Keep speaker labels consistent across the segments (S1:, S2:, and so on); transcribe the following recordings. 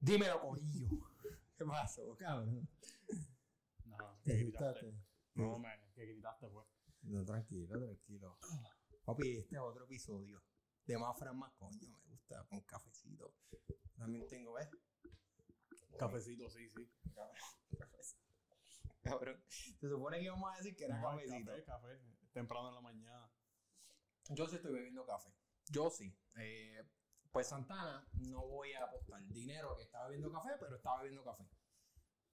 S1: Dímelo, corillo. ¿Qué pasó, cabrón?
S2: No,
S1: ¿Te
S2: que gritaste.
S1: gritaste?
S2: No, man, es que gritaste, pues.
S1: No, tranquilo, tranquilo. Papi, este es otro episodio. De más fran más coño, me gusta, con cafecito. También tengo, ¿ves?
S2: Cafecito, sí, sí.
S1: Cabrón. Se supone que íbamos a decir que era
S2: No, es
S1: cafecito.
S2: Café, café. Temprano en la mañana.
S1: Yo sí estoy bebiendo café. Yo sí. Eh, pues Santana, no voy a apostar dinero que estaba bebiendo café, pero estaba bebiendo café.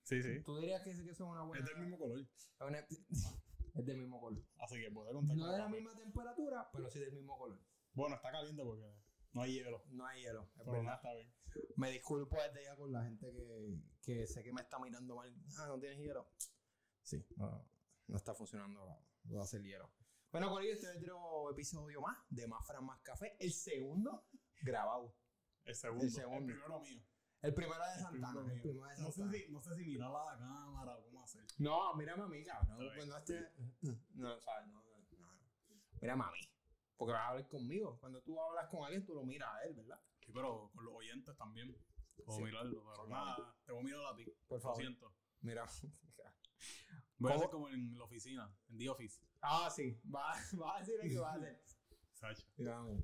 S2: Sí, sí.
S1: ¿Tú dirías que, que eso es una buena.
S2: Es del mismo color.
S1: una- es del mismo color.
S2: Así que puede contar.
S1: No
S2: con
S1: de la
S2: café.
S1: misma temperatura, pero sí del mismo color.
S2: Bueno, está caliente porque no hay hielo.
S1: No hay hielo, es
S2: Pero nada,
S1: verdad.
S2: está bien.
S1: Me disculpo desde ya con la gente que, que sé que me está mirando mal. Ah, ¿no tienes hielo? Sí, no, no está funcionando lo hace el hielo. Bueno, corillo, este es otro episodio más de Más Fran Más Café, el segundo grabado.
S2: El segundo.
S1: El
S2: El
S1: segundo.
S2: primero mío.
S1: El primero de
S2: El primero
S1: Santana. El
S2: mío.
S1: primero de
S2: No
S1: Santana.
S2: sé si, no sé si mirar a la cámara o cómo hacer.
S1: No, mira mami, cabrón.
S2: Está bien.
S1: Cuando este. No, sabes, no, no, no. Mira mami. Porque vas a hablar conmigo. Cuando tú hablas con alguien, tú lo miras a él, ¿verdad?
S2: Sí, pero con los oyentes también. Puedo
S1: Sí.
S2: mirarlo, pero nada, te voy a mirar a ti.
S1: Por favor.
S2: Lo siento.
S1: Mira.
S2: Voy
S1: ¿Cómo?
S2: a hacer como en la oficina, en The Office.
S1: ah, sí. Vas va a decir lo que vas a hacer.
S2: Sacha.
S1: Mira, mami.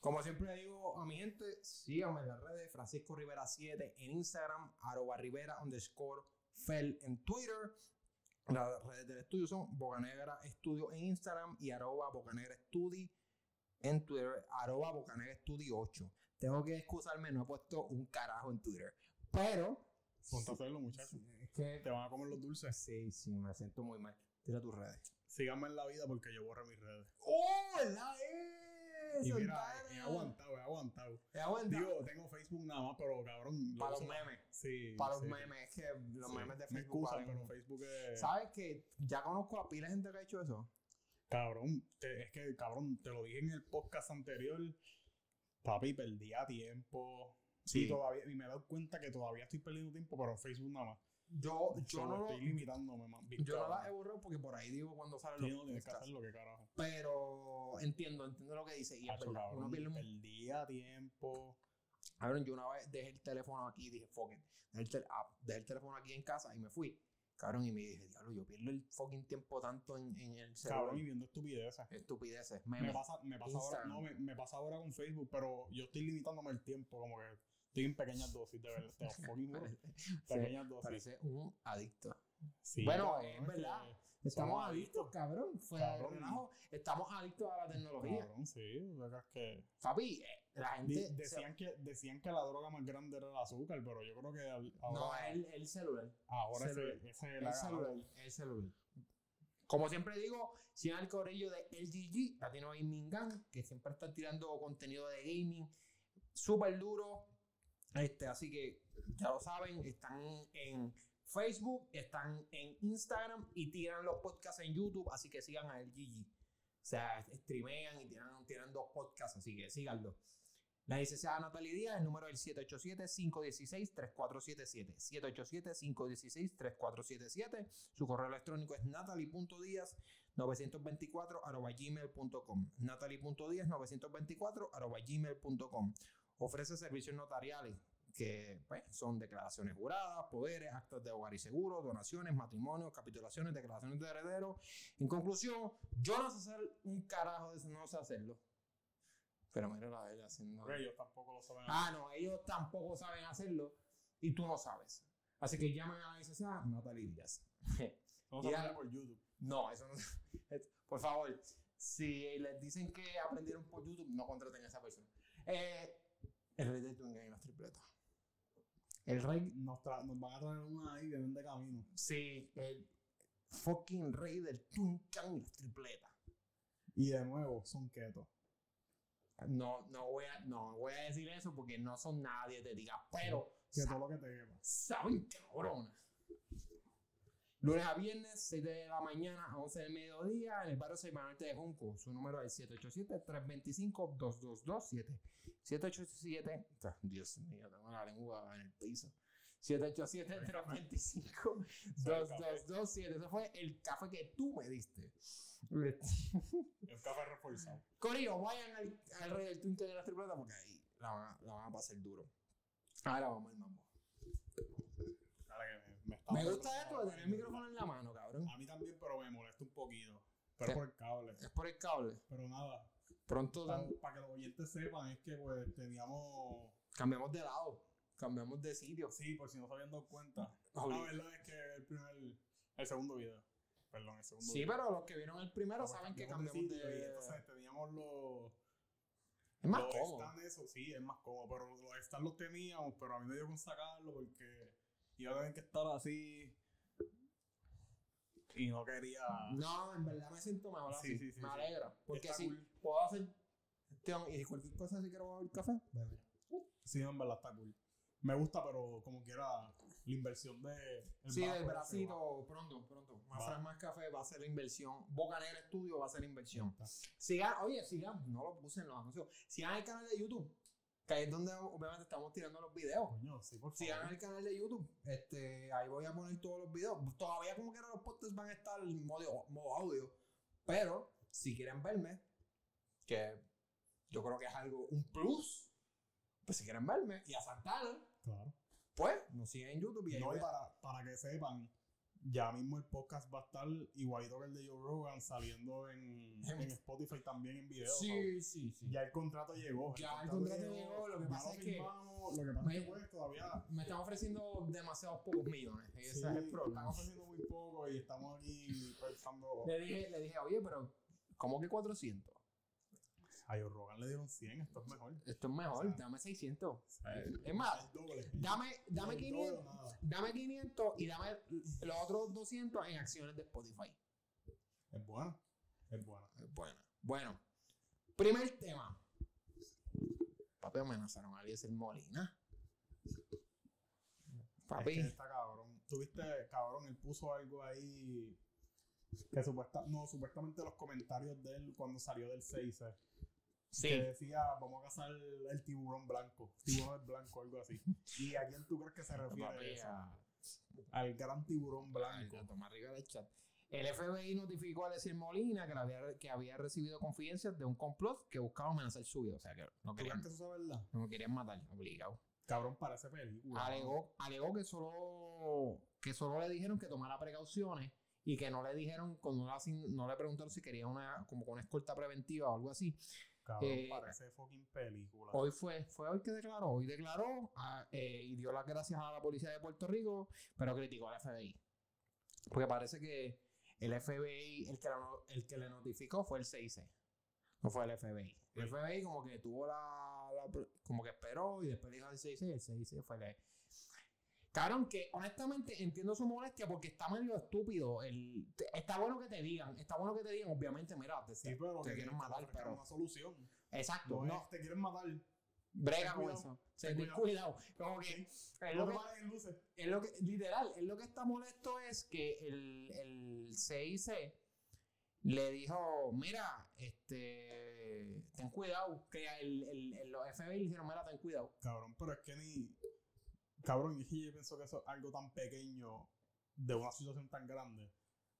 S1: Como siempre digo a mi gente, síganme en las redes Francisco Rivera 7 en Instagram, arroba Rivera underscore Fel en Twitter. Las redes del estudio son Bocanegra Estudio en Instagram y arroba Bocanegra Estudi en Twitter, arroba Bocanegra Estudi 8. Tengo que excusarme, no he puesto un carajo en Twitter. Pero,
S2: Ponte a hacerlo, muchachos.
S1: es que-
S2: Te van a comer los dulces.
S1: Sí, sí, me siento muy mal. Tira tus redes.
S2: Síganme en la vida porque yo borro mis redes.
S1: ¡Hola! eh!
S2: Y mira, eh, he aguantado, he aguantado.
S1: He aguantado.
S2: Digo, tengo Facebook nada más, pero cabrón. lo
S1: Para los
S2: uso-
S1: memes.
S2: Sí.
S1: Para los
S2: sí.
S1: memes, es que los
S2: Sí.
S1: memes de
S2: Me
S1: Facebook.
S2: excusan,
S1: valen.
S2: pero Facebook es.
S1: ¿Sabes que Ya conozco a pila de gente que ha hecho eso.
S2: Cabrón, te- es que, cabrón, te lo dije en el podcast anterior. Papi, perdía tiempo.
S1: Sí.
S2: Y todavía, y me he dado cuenta que todavía estoy perdiendo tiempo, pero en Facebook nada más.
S1: Yo,
S2: Yo
S1: yo no lo,
S2: estoy limitándome más. bien,
S1: yo no
S2: cabrón.
S1: las he borrado porque por ahí digo cuando salen
S2: Sí,
S1: los
S2: no tienes que
S1: podcasts.
S2: hacerlo, que carajo.
S1: Pero entiendo, entiendo lo que dice. Y es
S2: Hacho,
S1: verdad, uno
S2: cabrón,
S1: pierde un-
S2: perdía tiempo.
S1: Cabrón, yo una vez dejé el teléfono aquí y dije, fuck it. Dejé el, tel- ah, dejé el teléfono aquí en casa y me fui. Cabrón, y me dije, diablo, yo pierdo el fucking tiempo tanto en, en el celular.
S2: Cabrón, y viendo estupideces.
S1: Estupideces,
S2: Me
S1: memes.
S2: pasa, me pasa ahora,
S1: Instagram.
S2: no, me, me pasa ahora con Facebook, pero yo estoy limitándome el tiempo, como que estoy en pequeñas dosis, de verdad. Te lo fucking juro. Pequeñas dosis.
S1: Parece un adicto.
S2: Sí,
S1: bueno,
S2: cabrón,
S1: es
S2: que-
S1: verdad.
S2: somos
S1: Estamos adictos, cabrón. Fuera de
S2: Cabrón.
S1: relajo. Estamos adictos a la tecnología.
S2: Cabrón, sí, la verdad es que.
S1: Papi, eh, la gente.
S2: Di-
S1: se-
S2: decían, que, decían que la droga más grande era el azúcar, pero yo creo que al-
S1: no,
S2: ahora,
S1: el, el celular.
S2: ahora
S1: celular.
S2: ese, ese
S1: El
S2: la-
S1: celular. El celular. Como siempre digo, sigan el correo de LGG, Latino Gaming Gang, que siempre están tirando contenido de gaming súper duro. Este, así que ya lo saben, están en Facebook, están en Instagram y tiran los podcasts en YouTube, así que sigan a LGG. O sea, streamean y tiran, tiran dos podcasts, así que síganlo. La licenciada Natalia Díaz, el número es el 787-516-3477. 787-516-3477. Su correo electrónico es natalie.díaz924 arroba gmail.com. Natalie.díaz924 arroba gmail.com. Ofrece servicios notariales que pues, son declaraciones juradas, poderes, actas de hogar y seguro, donaciones, matrimonios, capitulaciones, declaraciones de herederos. En conclusión, yo no sé hacer un carajo de eso, no sé hacerlo. Pero mira la de él haciendo.
S2: Porque ellos tampoco lo saben.
S1: Ah, no, ellos tampoco saben hacerlo y tú no sabes. Así que llaman a la licenciada Natalie Díaz.
S2: no
S1: y
S2: saben
S1: ahora-
S2: por YouTube.
S1: no, eso no. es- Por favor, si les dicen que aprendieron por YouTube, no contraten a esa persona. Eh, el rey del Twinga y las tripletas. El rey,
S2: Nos, tra- nos van a traer una ahí que vende camino.
S1: sí, el fucking rey del Twincan y las tripletas.
S2: Y de nuevo, son keto.
S1: No, no voy, a, no voy a decir eso porque no son nadie, te diga, pero
S2: Que
S1: sa-
S2: todo lo que te quema.
S1: saben cabrona. Lunes a viernes, 6 de la mañana a 11 del mediodía, en el barrio Semanante de Junco. Su número es 787-325-2227. 787, Ah, Dios mío, tengo la lengua en el piso. 787-325-2227. Ese fue el café que tú me diste.
S2: El café reforzado.
S1: Corillo, vayan al, al rey del Twinkie de las tripletas porque ahí la van, a- la van a pasar duro. Ahora vamos al mambo. Me
S2: Estamos
S1: gusta esto de
S2: preocupados,
S1: tener el micrófono en la mano, cabrón.
S2: A mí también, pero me molesta un poquito. Pero
S1: ¿Qué?
S2: por el cable.
S1: Es por el cable.
S2: Pero nada,
S1: Pronto
S2: para,
S1: tan-
S2: que los oyentes sepan, es que pues teníamos.
S1: cambiamos de lado. Cambiamos de sitio.
S2: Sí, por si no se habían dado cuenta. La
S1: Obligado.
S2: verdad es que el primer. El segundo video. Perdón, el segundo
S1: Sí,
S2: video.
S1: pero los que vieron el primero
S2: Ah, pues,
S1: saben que
S2: cambiamos de
S1: cambiamos de.
S2: sitio Y entonces teníamos los.
S1: es más
S2: los
S1: cómodo.
S2: stands, eso sí, es más cómodo. Pero los stands los teníamos, pero a mí me dio con sacarlo porque iba a tener que estar así. Y no quería.
S1: No, en verdad me siento mejor
S2: Sí,
S1: así.
S2: sí, sí,
S1: me
S2: sí.
S1: alegra. Porque
S2: Está
S1: si
S2: cool.
S1: puedo hacer. Tengo- Y cualquier cosa, si quiero beber café, beber.
S2: Sí, en verdad está cool. Me gusta, pero como quiera, la inversión de. el
S1: Sí,
S2: brazo
S1: del
S2: ese,
S1: bracito, pronto, pronto. Más
S2: Va.
S1: fran, más café va a ser la inversión. Boca Negra Estudio va a ser la inversión.
S2: Está.
S1: Sigan, oye, sigan, no lo puse en los anuncios. Sigan el canal de YouTube, que ahí es donde obviamente estamos tirando los videos.
S2: Coño, sí, por
S1: Sigan
S2: favor.
S1: el canal de YouTube, este, ahí voy a poner todos los videos. Todavía como que los podcasts van a estar en modo, modo audio, pero si quieren verme, que yo creo que es algo, un plus, pues si quieren verme y asaltar,
S2: Claro.
S1: pues nos siguen en YouTube y ahí pues.
S2: No,
S1: voy
S2: y
S1: a-
S2: para, para que sepan, ya mismo el podcast va a estar igualito que el de Joe Rogan saliendo en,
S1: En-
S2: en Spotify también en video. ¿sabes?
S1: Sí, sí, sí.
S2: Ya el contrato llegó.
S1: Ya el contrato llegó, lo que
S2: ya
S1: pasa es que-
S2: firmamos, Lo que pasa es que pues, todavía.
S1: Me están ofreciendo demasiados pocos millones. Ese
S2: sí,
S1: es el problema.
S2: Estamos haciendo muy poco y estamos aquí pensando.
S1: Le dije, le dije, oye, pero ¿cómo que 400?
S2: A Joe Rogan le dieron 100, esto es mejor.
S1: Esto es mejor,
S2: O sea,
S1: dame 600.
S2: Eh,
S1: Es más,
S2: el doble.
S1: dame, dame
S2: El
S1: 500.
S2: doble o nada.
S1: Dame 500 y dame los otros 200 en acciones de Spotify.
S2: Es bueno. Es bueno.
S1: Bueno, bueno. Primer tema. Papi, amenazaron a Eliezer Molina.
S2: Es que
S1: Papi,
S2: está cabrón. Tuviste, cabrón, él puso algo ahí que supuesta, no, supuestamente los comentarios de él cuando salió del 6 que
S1: sí.
S2: decía, vamos a cazar el, el tiburón blanco, tiburón blanco, algo así. ¿Y a quién tú crees que se refiere
S1: Papi,
S2: eso?
S1: a-
S2: Al gran tiburón
S1: Ay,
S2: blanco.
S1: gato, más arriba del chat. El FBI notificó a Alexis Molina que, la había, que había recibido confidencias de un complot que buscaba amenazar su vida. O sea, que no
S2: ¿Tú crees
S1: querían,
S2: que eso es verdad?
S1: no querían matar, obligado.
S2: Cabrón, parece película.
S1: Alegó, alegó que, solo, que solo le dijeron que tomara precauciones y que no le dijeron, cuando no, la asin- no le preguntaron si quería una, como con una escolta preventiva o algo así.
S2: Cabrón,
S1: eh,
S2: parece fucking película.
S1: Hoy fue, fue hoy que declaró. Hoy declaró ah, eh, y dio las gracias a la policía de Puerto Rico, pero criticó al FBI. Porque parece que el FBI, el que, la no- el que le notificó fue el CIC, no fue el FBI. El
S2: Sí.
S1: FBI como que tuvo la, la pr- como que esperó y después le dijo al CIC, el CIC fue el... Cabrón, que honestamente entiendo su molestia porque está medio estúpido. El, te- está bueno que te digan, está bueno que te digan, obviamente, mira, te,
S2: sí, pero
S1: te
S2: que
S1: quieren
S2: que
S1: matar,
S2: ofrezcan
S1: pero-
S2: una solución.
S1: Exacto,
S2: No,
S1: no,
S2: es, te quieren matar.
S1: brega
S2: Ten
S1: con
S2: cuidado,
S1: eso. Se
S2: ten
S1: ten cuidado. Como que, es
S2: No
S1: lo
S2: te
S1: que,
S2: maten en luces.
S1: es lo que- literal, es lo que está molesto es que el, el CIC le dijo, mira, este, ten cuidado, que el, el, el- los FBI le dijeron, mira, ten cuidado.
S2: Cabrón, pero es que ni. Cabrón, y es que yo pienso que eso es algo tan pequeño de una situación tan grande.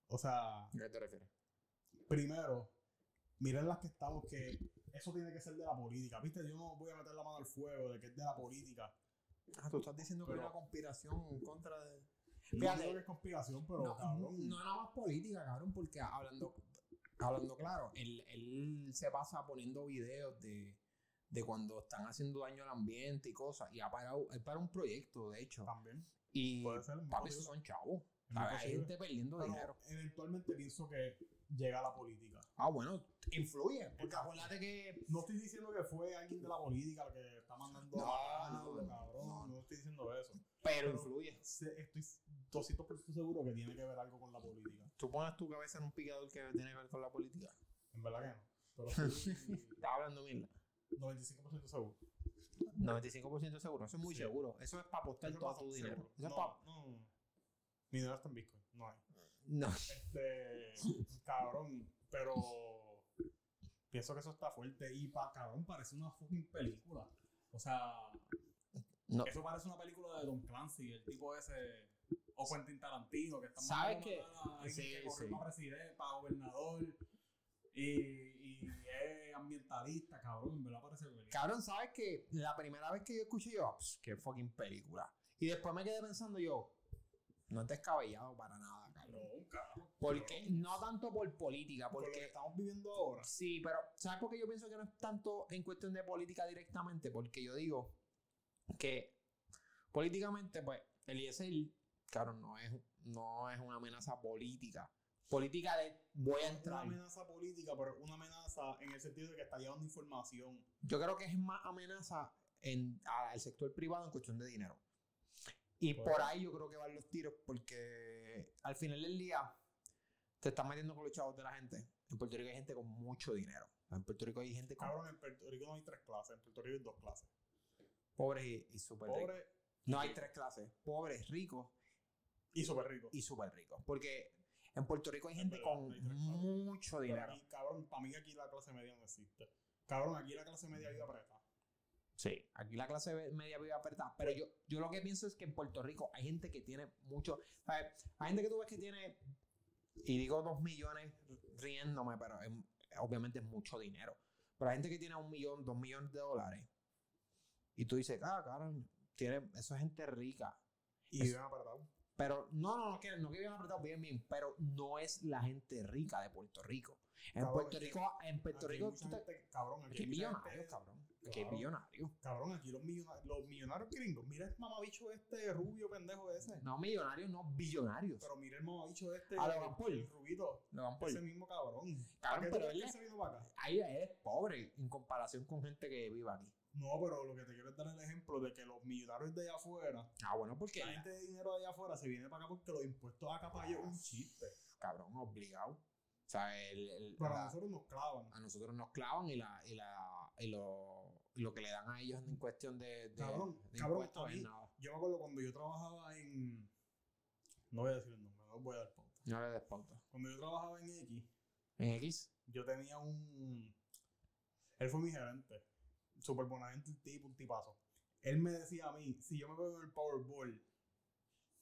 S2: O sea,
S1: ¿A qué te refieres?
S2: primero, miren las que estamos, que eso tiene que ser de la política. Viste, yo no voy a meter la mano al fuego de que es de la política.
S1: Ah, tú estás diciendo
S2: que hay
S1: que
S2: una
S1: una conspiración en contra de...
S2: Yo
S1: Fíjate.
S2: creo que es conspiración, pero
S1: No,
S2: cabrón.
S1: no nada más política, cabrón, porque hablando, hablando claro, él, él se pasa poniendo videos de, de cuando están haciendo daño al ambiente y cosas, y ha parado, él para un proyecto, de hecho.
S2: También.
S1: Y
S2: Puede ser. muy
S1: papi,
S2: posible,
S1: esos son chavos.
S2: es muy
S1: ¿sabes? Hay
S2: posible.
S1: gente perdiendo dinero.
S2: Pero eventualmente pienso que llega a la política.
S1: Ah, bueno, influye. Porque
S2: Exacto.
S1: acuérdate que.
S2: No estoy diciendo que fue alguien de la política el que está mandando
S1: No,
S2: a matar,
S1: no,
S2: cabrón.
S1: no.
S2: no estoy diciendo eso.
S1: Pero
S2: Pero-
S1: influye.
S2: se- estoy 200% seguro que tiene que ver algo con la política.
S1: Tú pones tu cabeza en un picador que tiene que ver con la política.
S2: En verdad que no. Pero estoy
S1: Estás hablando mierda.
S2: 95% seguro.
S1: 95% seguro. Eso es muy
S2: Sí.
S1: seguro. Eso es para apostar
S2: Eso
S1: todo
S2: pasa,
S1: tu dinero.
S2: seguro.
S1: Eso es
S2: No, no. Mi dinero está en Bitcoin. No hay.
S1: No.
S2: Este. cabrón. Pero. Pienso que eso está fuerte. Y pa, cabrón, parece una fucking película. O sea.
S1: No.
S2: Eso parece una película de Don Clancy, el tipo ese. O Quentin Tarantino, que está
S1: ¿Sabes
S2: mandando
S1: qué?
S2: a matar a alguien
S1: Sí,
S2: que corrió
S1: sí.
S2: para presidente, para gobernador. Y, y es ambientalista, cabrón. En verdad parece película.
S1: Cabrón, ¿sabes que La primera vez que yo escuché yo, "Pss, qué fucking película. Y después me quedé pensando yo, No es descabellado para nada, cabrón.
S2: Nunca.
S1: Porque, no tanto por política,
S2: Por lo que
S1: porque
S2: estamos viviendo ahora.
S1: Sí, pero ¿sabes por qué yo pienso que no es tanto en cuestión de política directamente? Porque yo digo que políticamente, pues, el ISIL, claro, no es, no es una amenaza política. Política de voy a
S2: No es una
S1: entrar.
S2: amenaza política, pero es una amenaza en el sentido de que está llevando información.
S1: Yo creo que es más amenaza en, a- al sector privado en cuestión de dinero. Y
S2: Bueno.
S1: por ahí yo creo que van los tiros, porque al final del día te estás metiendo con los chavos de la gente. En Puerto Rico hay gente con mucho dinero. En Puerto Rico hay gente con
S2: Cabrón, en Puerto Rico no hay tres clases, en Puerto Rico hay dos clases.
S1: pobres y, y súper ricos.
S2: Pobre
S1: No hay tres clases. Pobres, ricos
S2: y súper rico.
S1: y súper ricos. Porque en Puerto Rico hay
S2: Es
S1: gente
S2: verdad,
S1: con
S2: no hay tres clases.
S1: mucho
S2: Pero
S1: dinero.
S2: aquí, cabrón, para mí aquí la clase media no existe. Cabrón, aquí la clase media vive apretada.
S1: Sí, aquí la clase be- media vive apretada. Pero yo, yo lo que pienso es que en Puerto Rico hay gente que tiene mucho. ¿sabes? Hay gente que tú ves que tiene, y digo dos millones riéndome, pero es- obviamente es mucho dinero. Pero hay gente que tiene un millón, dos millones de dólares. Y tú dices, ah, cabrón, tiene, eso es gente rica.
S2: Y
S1: Es-
S2: viven apretados.
S1: Pero no, no, no que, no que vivan apretados, viven bien, pero no es la gente rica de Puerto Rico. En
S2: Cabrón,
S1: Puerto
S2: es que
S1: Rico, en Puerto
S2: Aquí hay
S1: Rico,
S2: mucha
S1: tú te-
S2: gente- cabrón, aquí
S1: aquí hay
S2: hay mucha gente-
S1: millonarios, cabrón. Aquí hay
S2: Claro.
S1: millonarios.
S2: Cabrón, aquí los millonarios, los millonarios gringos. Mira el mamabicho este rubio pendejo ese.
S1: No millonarios, no billonarios.
S2: Pero mira el mamabicho este.
S1: A Logan Paul.
S2: el rubito.
S1: Lo van por-
S2: Ese mismo cabrón. ¿Para
S1: Cabrón,
S2: qué tú
S1: pero
S2: crees
S1: él
S2: que
S1: es,
S2: se vino para acá?
S1: ahí él es pobre en comparación con gente que vive aquí.
S2: No, pero lo que te quiero es dar el ejemplo de que los millonarios de allá afuera,
S1: Ah, bueno, porque
S2: la gente de dinero de allá afuera se viene para acá porque los impuestos acá para ellos es un chiste.
S1: cabrón, obligado. O sea, el- el-
S2: Pero a
S1: la-
S2: nosotros nos clavan.
S1: a nosotros nos clavan y, la, y, la, y lo, lo que le dan a ellos en cuestión de, de,
S2: Cabrón,
S1: de
S2: cabrón,
S1: impuestos
S2: a
S1: es
S2: mí-
S1: nada.
S2: Yo me acuerdo cuando yo trabajaba en. No voy a decir el nombre, no voy a dar pauta.
S1: No le desponto.
S2: Cuando yo trabajaba en X,
S1: En X,
S2: yo tenía un. Él fue mi gerente. Súper buena gente, el tipo, un tipazo. Él me decía a mí: si yo me veo en el Powerball,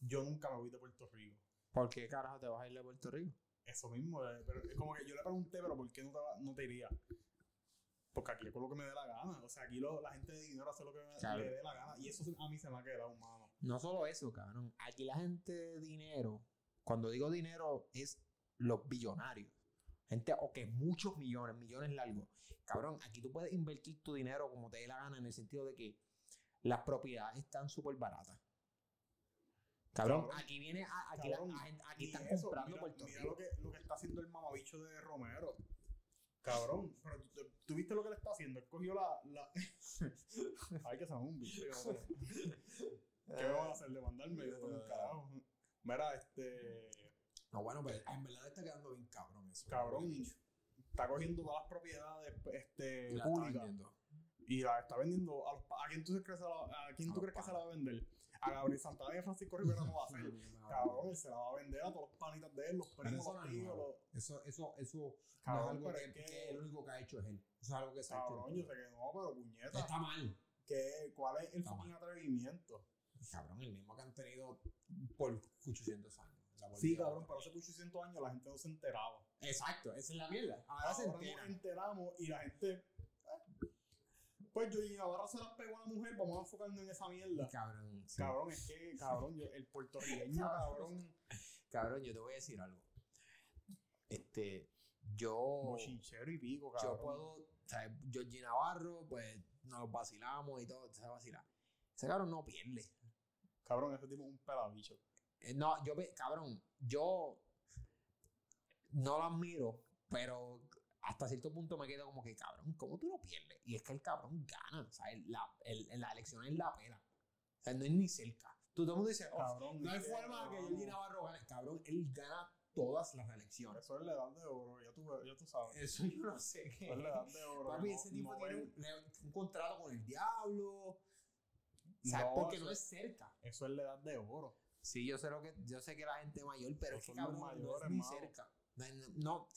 S2: yo nunca me voy de Puerto Rico.
S1: ¿por qué carajo te vas a ir de Puerto Rico?
S2: Eso mismo, eh, pero es como que yo le pregunté, pero ¿por qué no te, va- no te iría? Porque aquí es con lo que me dé la gana. O sea, aquí lo- la gente de dinero hace lo que me,
S1: Claro.
S2: me dé la gana. Y eso se- a mí se me ha quedado humano.
S1: No solo eso, cabrón. Aquí la gente de dinero, cuando digo dinero, es los billonarios. Gente, o que muchos millones, millones largos. Cabrón, aquí tú puedes invertir tu dinero como te dé la gana, en el sentido de que las propiedades están súper baratas. Cabrón,
S2: Cabrón.
S1: aquí viene, a- aquí, la-
S2: Cabrón,
S1: a gente- aquí
S2: Y
S1: están
S2: eso,
S1: comprando
S2: mira,
S1: Puerto
S2: mira
S1: Rico.
S2: lo que, lo que está haciendo el mamabicho de Romero. Cabrón, pero tú, tú- tú viste lo que le está haciendo. Él cogió la. la... Ay, que se me va un bicho. ¿Qué me van a hacer? Demandarme. Yo
S1: Ah.
S2: tengo un carajo. Mira, este.
S1: No, bueno, pero en verdad está quedando bien cabrón eso.
S2: Cabrón. Está cogiendo todas las propiedades este,
S1: La está
S2: públicas.
S1: vendiendo.
S2: y la está vendiendo a los pa- ¿A quién tú crees, que se la, a quién
S1: A los
S2: tú crees que se la va a vender? A Gabriel Santana y a Francisco Rivera no va a ser. Cabrón, él se la va a vender a todos los panitas de él, los
S1: Pero
S2: primos,
S1: eso
S2: los
S1: no es
S2: tíos,
S1: nuevo.
S2: los...
S1: Eso, eso, eso no es
S2: Cabrón,
S1: algo
S2: pero
S1: que,
S2: es que-
S1: que el único que ha hecho es él. Eso es algo que se ha hecho.
S2: Cabrón, yo sé que no, pero puñeta.
S1: Está mal.
S2: ¿qué- ¿Cuál es el
S1: Está
S2: fucking atrevimiento?
S1: Cabrón, el mismo que han tenido por 800 años. La
S2: Sí,
S1: bolilla.
S2: cabrón, pero hace 800 años la gente no se enteraba.
S1: Exacto, esa es la mierda. Ahora,
S2: Ahora
S1: se
S2: nos
S1: entera.
S2: enteramos y la gente... eh, Pues yo y Navarra se las pegó a una mujer, vamos a enfocarnos en esa mierda.
S1: Cabrón, sí.
S2: Cabrón, es que, cabrón, yo, el puertorriqueño, cabrón,
S1: Cabrón, yo te voy a decir algo. Este, yo.
S2: bochinchero y pico,
S1: Yo
S2: cabrón.
S1: puedo. O sea, Georgie Navarro, pues nos vacilamos y todo, se vacila. Ese cabrón no pierde.
S2: Cabrón, ese tipo es un pelabicho.
S1: Eh, No, yo, ve- cabrón, yo no lo admiro, pero hasta cierto punto me quedo como que, cabrón, ¿cómo tú no pierdes? Y es que el cabrón gana, o sea, el- la, el- el- la elección es la pela. O sea, no es ni cerca. Tú todo el mundo dice, "Oh,
S2: Cabrón. eh,
S1: no hay
S2: es
S1: forma de que Jordi Navarro gane. Cabrón, él gana todas las elecciones.
S2: Eso es la edad de oro, ya tú, ya tú sabes.
S1: Eso yo no sé qué.
S2: Eso es la edad de oro.
S1: Eh, Papi,
S2: no-
S1: ese tipo
S2: no
S1: tiene
S2: ven-
S1: un, le- un contrato con el diablo. O sea,
S2: No,
S1: porque
S2: eso-
S1: no es cerca.
S2: Eso es la edad de oro.
S1: Sí, yo sé lo que yo sé que la gente mayor, pero
S2: Pero
S1: es que
S2: son los
S1: cabrón, no es
S2: mayores,
S1: ni
S2: mao.
S1: cerca. No, no, no.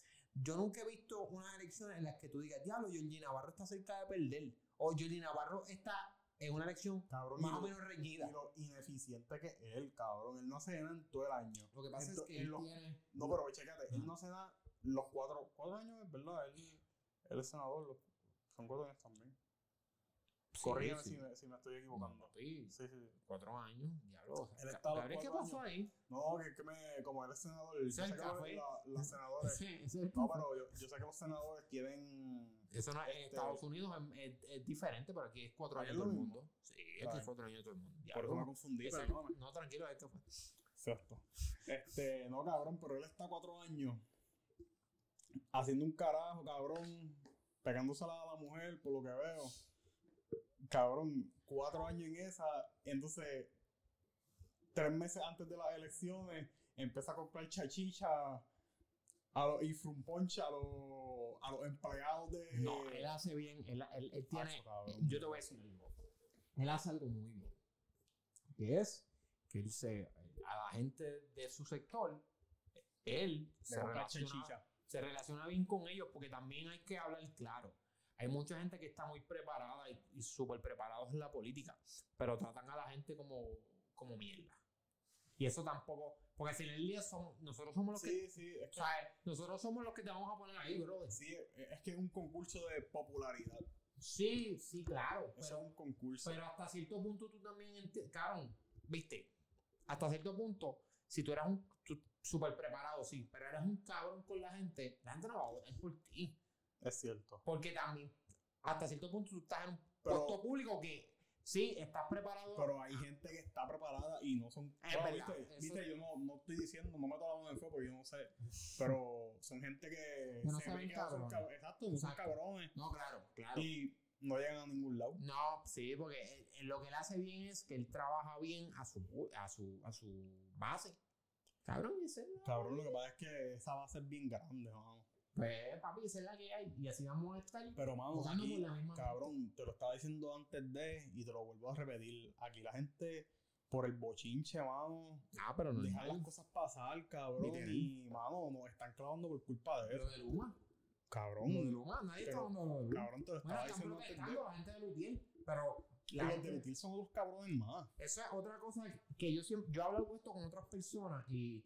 S1: yo nunca he visto unas elecciones en las que tú digas, diablo, Jordi Navarro está cerca de perder. O Jordi Navarro está en una elección
S2: Cabrón,
S1: más
S2: y
S1: o
S2: lo-
S1: menos
S2: y
S1: reñida.
S2: lo ineficiente que es él, cabrón. Él no hace nada en todo el año.
S1: Lo que pasa
S2: Ento-
S1: es que
S2: en
S1: él
S2: los-
S1: tiene.
S2: No, pero chécate,
S1: Ajá.
S2: él no se da los cuatro, cuatro años, es verdad. Él, él es senador, los- son cuatro años también.
S1: Corrígeme
S2: si, me, si me estoy equivocando.
S1: Papi,
S2: Sí, sí.
S1: cuatro años, diablo.
S2: Él estaba
S1: Gabriel, ¿qué
S2: cuatro
S1: pasó ahí?
S2: No, que, que me, como eres senador, yo
S1: Ese es
S2: sé
S1: el
S2: que los-
S1: café.
S2: la- los senadores.
S1: Sí, ese es el
S2: No,
S1: café.
S2: pero yo, yo sé que los senadores quieren.
S1: Eso no, en
S2: Este-
S1: Estados Unidos es, es- es diferente, pero aquí es cuatro
S2: Aquí
S1: años
S2: es
S1: todo el
S2: lo mismo.
S1: mundo. Sí, aquí
S2: Claro.
S1: es cuatro años todo el mundo.
S2: Por eso me
S1: Diablo.
S2: confundí,
S1: Ese-
S2: perdóname.
S1: no, tranquilo, es que fue.
S2: Exacto. Este, no, cabrón, pero él está cuatro años haciendo un carajo, cabrón, pegándosela a la mujer, por lo que veo. Cabrón, cuatro años en esa, entonces, tres meses antes de las elecciones, empieza a comprar chachicha a los, y frumponcha a los, a los empleados de...
S1: No, él hace bien, él, él- él tiene.
S2: Acho, cabrón.
S1: Yo te voy a decir algo. Él hace algo muy bien. Que es que él se. A la gente de su sector, él
S2: de
S1: se
S2: comprar
S1: relaciona,
S2: chachicha.
S1: se relaciona bien con ellos porque también hay que hablar claro. Hay mucha gente que está muy preparada y, y súper preparados en la política, pero tratan a la gente como, como mierda. Y eso tampoco, porque si en el día somos, nosotros somos los que,
S2: Sí, sí, es
S1: o
S2: que,
S1: sea, nosotros somos los que te vamos a poner ahí, brother.
S2: sí, es que es un concurso de popularidad.
S1: Sí, sí, claro,
S2: Eso
S1: pero,
S2: es un concurso.
S1: pero hasta cierto punto tú también, enti- cabrón, viste, hasta cierto punto, si tú eras un tú- súper preparado, sí, pero eras un cabrón con la gente, la gente no va a votar por ti.
S2: Es cierto.
S1: Porque también, hasta cierto punto, tú estás en un
S2: Pero-
S1: puesto público que sí, estás preparado.
S2: Pero hay gente que está preparada y no son.
S1: Ah, Es
S2: Bueno,
S1: verdad,
S2: viste,
S1: eso-
S2: viste, yo no, no estoy diciendo, no me meto la mano en el fuego porque yo no sé. Pero son gente que.
S1: Que no
S2: se
S1: se
S2: ve
S1: ven
S2: que no son
S1: cabrones.
S2: cab- Exacto, no son
S1: Exacto.
S2: cabrones.
S1: no, claro, claro.
S2: Y no llegan a ningún lado.
S1: No, sí, porque él- él- lo que él hace bien es que él trabaja bien a su, pu- a su, a su base. Cabrón, ese es la-
S2: Cabrón, lo que pasa es que esa va a ser bien grande, mano.
S1: Pues, papi, esa es la que hay. Y así vamos a estar.
S2: Pero, mano,
S1: Jugando
S2: aquí,
S1: por la misma
S2: cabrón, te lo estaba diciendo antes de y te lo vuelvo a repetir. Aquí la gente, por el bochinche, mano,
S1: Ah, pero no.
S2: dejan las cosas pasar, cabrón.
S1: Literal.
S2: Y, mano, nos están clavando por culpa de
S1: Lo
S2: eso.
S1: de Luma.
S2: Cabrón,
S1: Lo de Luma. Nadie está
S2: pero-
S1: hablando de lo de Luma.
S2: cabrón, te lo
S1: Bueno,
S2: estaba
S1: están
S2: diciendo antes de.
S1: protestando la gente de Lutiel. Pero la
S2: Los
S1: gente-
S2: de Betil son los cabrones más.
S1: Eso es otra cosa que yo siempre, yo he hablado esto con otras personas y,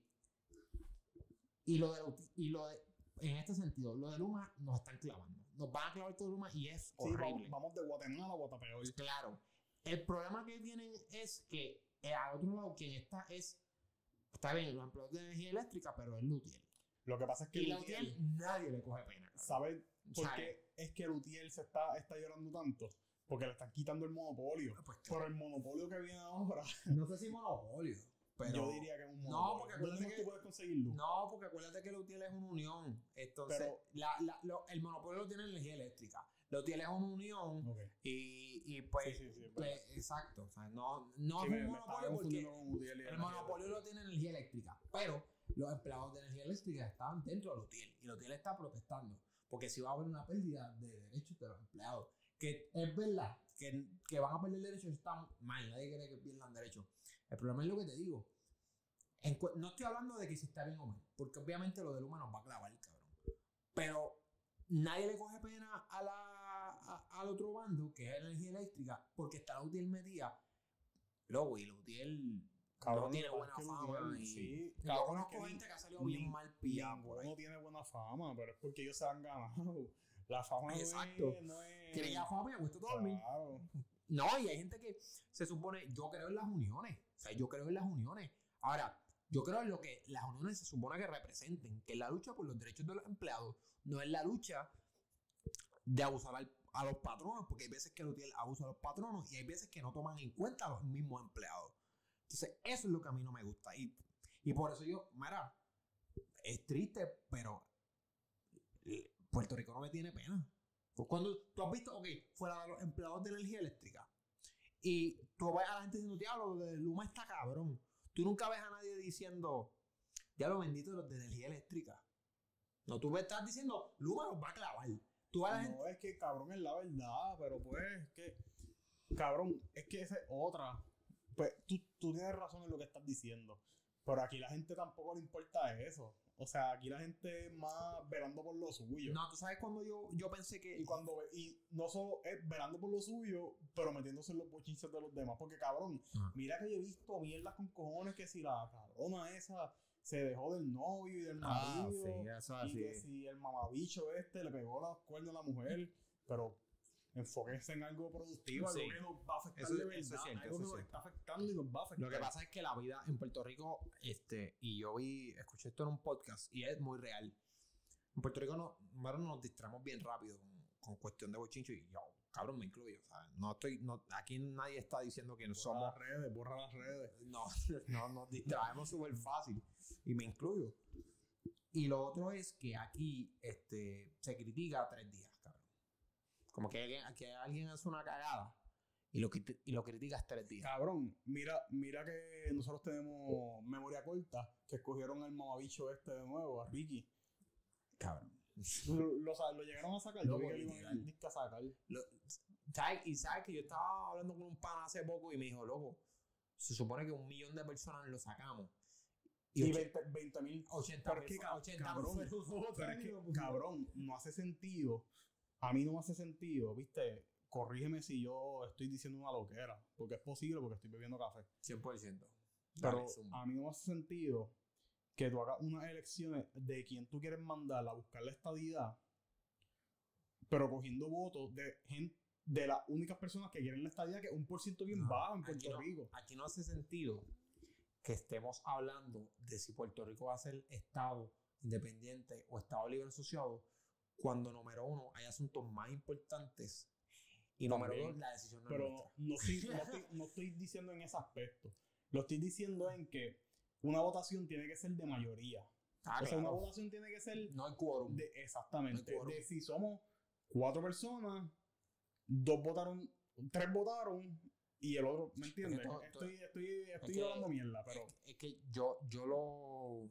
S1: y lo de, y lo de, en este sentido, lo de Luma nos están clavando. Nos van a clavar todo Luma y es
S2: Sí,
S1: horrible. Pues
S2: vamos, vamos de Guatemala a Guatapeor.
S1: Claro. El problema que tienen es que eh, al otro lado quien está es, está bien, los empleados de energía eléctrica, pero es Lutiel.
S2: Lo que pasa es que
S1: Y
S2: Lutiel,
S1: Lutiel nadie le coge pena. cabrón.
S2: ¿sabes por
S1: ¿Sabe?
S2: qué es que Lutiel se está, está llorando tanto? Porque le están quitando el monopolio.
S1: Pues,
S2: Pero el monopolio que viene ahora,
S1: no sé si monopolio, pero...
S2: yo diría que es un
S1: No,
S2: monopolio.
S1: porque
S2: ¿Dónde
S1: acuérdate
S2: más
S1: que-
S2: tú puedes conseguirlo?
S1: No, porque acuérdate que lo tiene es una unión. Entonces,
S2: Pero-
S1: la- la- lo- el monopolio lo tiene la energía eléctrica. Lo tiene es una unión
S2: Ok.
S1: y, y pues,
S2: Sí, sí, sí, es
S1: pues, exacto. O sea, no, no
S2: Sí,
S1: es
S2: me,
S1: un
S2: me estaba
S1: monopolio porque
S2: confundiendo con Lutiel. y
S1: el
S2: la
S1: monopolio lo tiene energía eléctrica. Pero los empleados de energía eléctrica estaban dentro de Lutiel y Lutiel está protestando porque si va a haber una pérdida de derechos de los empleados. Que es verdad que, que van a perder derechos, está mal, nadie quiere que pierdan derechos. El problema es lo que te digo. En cu- no estoy hablando de que si está bien o mal, porque obviamente lo del humano nos va a clavar, cabrón. Pero nadie le coge pena a la, a- al otro bando, que es la energía eléctrica, porque está la UTIEL metida. Luego, y la UTIEL
S2: Cabrón,
S1: no tiene
S2: lo que
S1: buena
S2: pasa es que
S1: fama.
S2: Lutiel,
S1: y-
S2: sí,
S1: y yo
S2: cabrón, es
S1: conozco
S2: que
S1: gente que ha salido
S2: ni-
S1: bien mal
S2: Y
S1: pillado.
S2: Amor no tiene buena fama, pero es porque ellos se han ganado. La fama no es-
S1: Exacto.
S2: no es.
S1: Quiere ya fama y apuesto todo el mundo.
S2: Claro.
S1: No, y hay gente que se supone, yo creo en las uniones. O sea, yo creo en las uniones. Ahora, yo creo en lo que las uniones se supone que representen, que es la lucha por los derechos de los empleados, no es la lucha de abusar al- a los patronos, porque hay veces que el hotel abusa a los patronos y hay veces que no toman en cuenta a los mismos empleados. Entonces, eso es lo que a mí no me gusta. Y, y por eso yo, mira, es triste, pero eh, Puerto Rico no me tiene pena. Pues cuando tú has visto, ok, fuera de los empleados de energía eléctrica, y tú ves a la gente diciendo, diablo, lo de Luma está cabrón. Tú nunca ves a nadie diciendo, diablo bendito los de energía eléctrica. No, tú ves- estás diciendo, Luma nos va a clavar. Tú ves a la gente.
S2: No, es que cabrón es la verdad, pero pues es que. Cabrón, es que esa es otra. Pues tú, tú tienes razón en lo que estás diciendo. Pero aquí la gente tampoco le importa eso. O sea, aquí la gente es más velando por lo suyo.
S1: No, tú sabes cuando yo, yo pensé que.
S2: Y cuando ve- y no solo es velando por lo suyo, pero metiéndose en los bochinches de los demás. Porque cabrón,
S1: Ajá.
S2: mira que yo he visto mierdas con cojones que si la cabrona esa se dejó del novio y del marido.
S1: Ah, eso
S2: Y que si el mamabicho este le pegó los cuernos a la mujer, pero Enfóquense en algo productivo,
S1: Sí.
S2: algo que nos va a afectar
S1: Eso-
S2: de verdad,
S1: eso es cierto, eso
S2: algo que
S1: es
S2: nos
S1: cierto.
S2: está afectando y nos va a afectar.
S1: Lo que pasa es que la vida en Puerto Rico, este, y yo vi, escuché esto en un podcast y es muy real. En Puerto Rico no, mano, nos distraemos bien rápido con, con cuestión de bochincho y yo, cabrón, me incluyo. o sea, No estoy, no, aquí nadie está diciendo que no
S2: borra
S1: somos,
S2: las redes, borra las redes.
S1: no, no nos distraemos súper fácil y me incluyo. Y lo otro es que aquí este, se critica tres días, cabrón. Como que alguien, que alguien hace una cagada y lo, crit- y lo criticas tres días.
S2: Cabrón, mira, mira que nosotros tenemos memoria corta, que escogieron al mamabicho este de nuevo, a Ricky.
S1: Cabrón.
S2: Lo, lo sa- lo llegaron a sacar,
S1: Lo
S2: yo vi que lo iban
S1: voltearon.
S2: a- a sacar.
S1: Lo- ¿sabes? Y sabes que yo estaba hablando con un pana hace poco y me dijo, loco, se supone que un millón de personas lo sacamos. Y,
S2: Y
S1: och-
S2: 20 mil
S1: 80
S2: ¿Por qué,
S1: mil fue-
S2: ca-
S1: 80 mil
S2: cabrón?
S1: fueron votos,
S2: Pero es
S1: y
S2: que,
S1: lo pusieron.
S2: cabrón, no hace sentido. A mí no me hace sentido, ¿viste? Corrígeme si yo estoy diciendo una loquera, porque es posible porque estoy bebiendo café.
S1: 100%. Dale,
S2: Pero
S1: zumba.
S2: a mí no me hace sentido que tú hagas unas elecciones de quien tú quieres mandar a buscar la estadidad, pero cogiendo votos de gente de las únicas personas que quieren la estadidad, que es un por ciento bien
S1: No,
S2: bajo en
S1: aquí
S2: Puerto
S1: no.
S2: Rico.
S1: Aquí no hace sentido que estemos hablando de si Puerto Rico va a ser Estado independiente o Estado libre asociado cuando, número uno, hay asuntos más importantes y, número
S2: También.
S1: dos, la decisión no es nuestra.
S2: pero no estoy, no estoy- no estoy diciendo en ese aspecto. Lo estoy diciendo en que una votación tiene que ser de mayoría.
S1: Ah,
S2: o sea, una
S1: claro.
S2: votación tiene que ser
S1: No hay quórum.
S2: de exactamente.
S1: No hay quórum.
S2: De si somos cuatro personas, dos votaron, tres votaron y el otro, ¿me entiendes?
S1: Porque todo- todo-
S2: estoy estoy, estoy
S1: que-
S2: hablando mierda, pero
S1: Es- es que yo, yo lo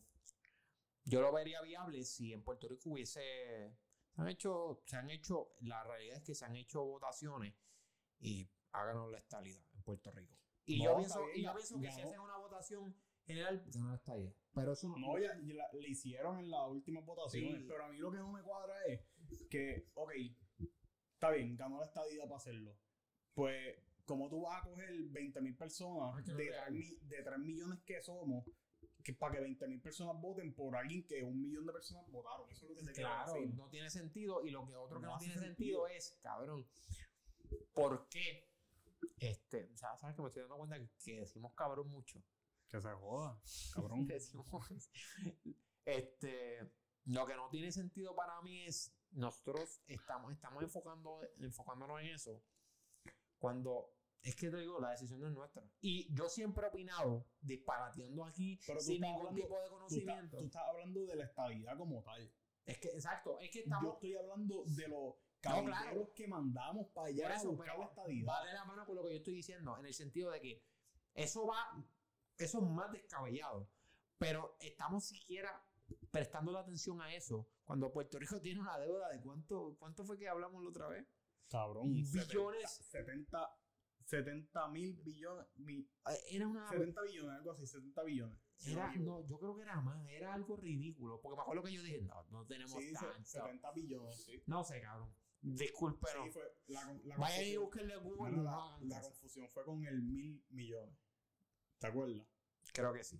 S1: yo lo vería viable si en Puerto Rico hubiese se han hecho se han hecho la realidad es que se han hecho votaciones y háganos la estabilidad en Puerto Rico y
S2: No,
S1: yo
S2: está
S1: pienso
S2: bien,
S1: y yo
S2: ya-
S1: pienso que
S2: ya
S1: si
S2: no.
S1: hacen una votación general ganan la estabilidad pero eso no,
S2: no ya- ya la- le hicieron en las últimas votaciones.
S1: Sí.
S2: Pero a mí lo que no me cuadra es que, ok, está bien, ganó la estadía para hacerlo. Pues, como tú vas a coger 20 mil personas
S1: Es que
S2: de
S1: no es
S2: 3,
S1: real.
S2: millones que somos, que para que 20 mil personas voten por alguien que un millón de personas votaron? Eso es lo que te quiero
S1: Claro,
S2: decir.
S1: no tiene sentido. Y lo que otro que
S2: No
S1: no
S2: hace
S1: tiene sentido, es, cabrón, ¿por qué? Este, o sea, sabes que me estoy dando cuenta que, que decimos cabrón mucho.
S2: Que se joda, cabrón.
S1: Decimos, este, lo que no tiene sentido para mí es nosotros estamos, estamos enfocando, enfocándonos en eso cuando es que te digo, la decisión no es nuestra. Y yo siempre he opinado, disparateando aquí,
S2: Pero tú
S1: sin
S2: estás
S1: ningún
S2: hablando-
S1: tipo de
S2: tú, estás,
S1: conocimiento.
S2: tú estás hablando de la estabilidad como tal.
S1: es que, exacto, es que
S2: Yo
S1: estamos
S2: estoy hablando de los
S1: claro.
S2: caballeros que mandamos para allá
S1: Por
S2: a
S1: eso,
S2: buscar
S1: pero
S2: la estadidad.
S1: va de la mano con lo que yo estoy diciendo, en el sentido de que eso va, eso es más descabellado, pero estamos siquiera prestando la atención a eso, cuando Puerto Rico tiene una deuda de cuánto, cuánto fue que hablamos la otra vez,
S2: Cabrón.
S1: billones,
S2: 70, 70 mil billones, mi-
S1: eh, era una...
S2: 70 billones, algo así, 70 billones. si no
S1: Era,
S2: me equivoco.
S1: no, yo creo que era más, era algo ridículo, porque me acuerdo que yo dije, no, no tenemos
S2: Sí, se-
S1: tanto.
S2: 70 billones, sí.
S1: No sé, cabrón, discúlpenos.
S2: Sí, fue la, con- la
S1: Vayan y
S2: confusión,
S1: busquen Google. no
S2: Mira, la,
S1: hagan
S2: la
S1: caso.
S2: confusión fue con el mil millones. ¿Te acuerdas?
S1: Creo que sí.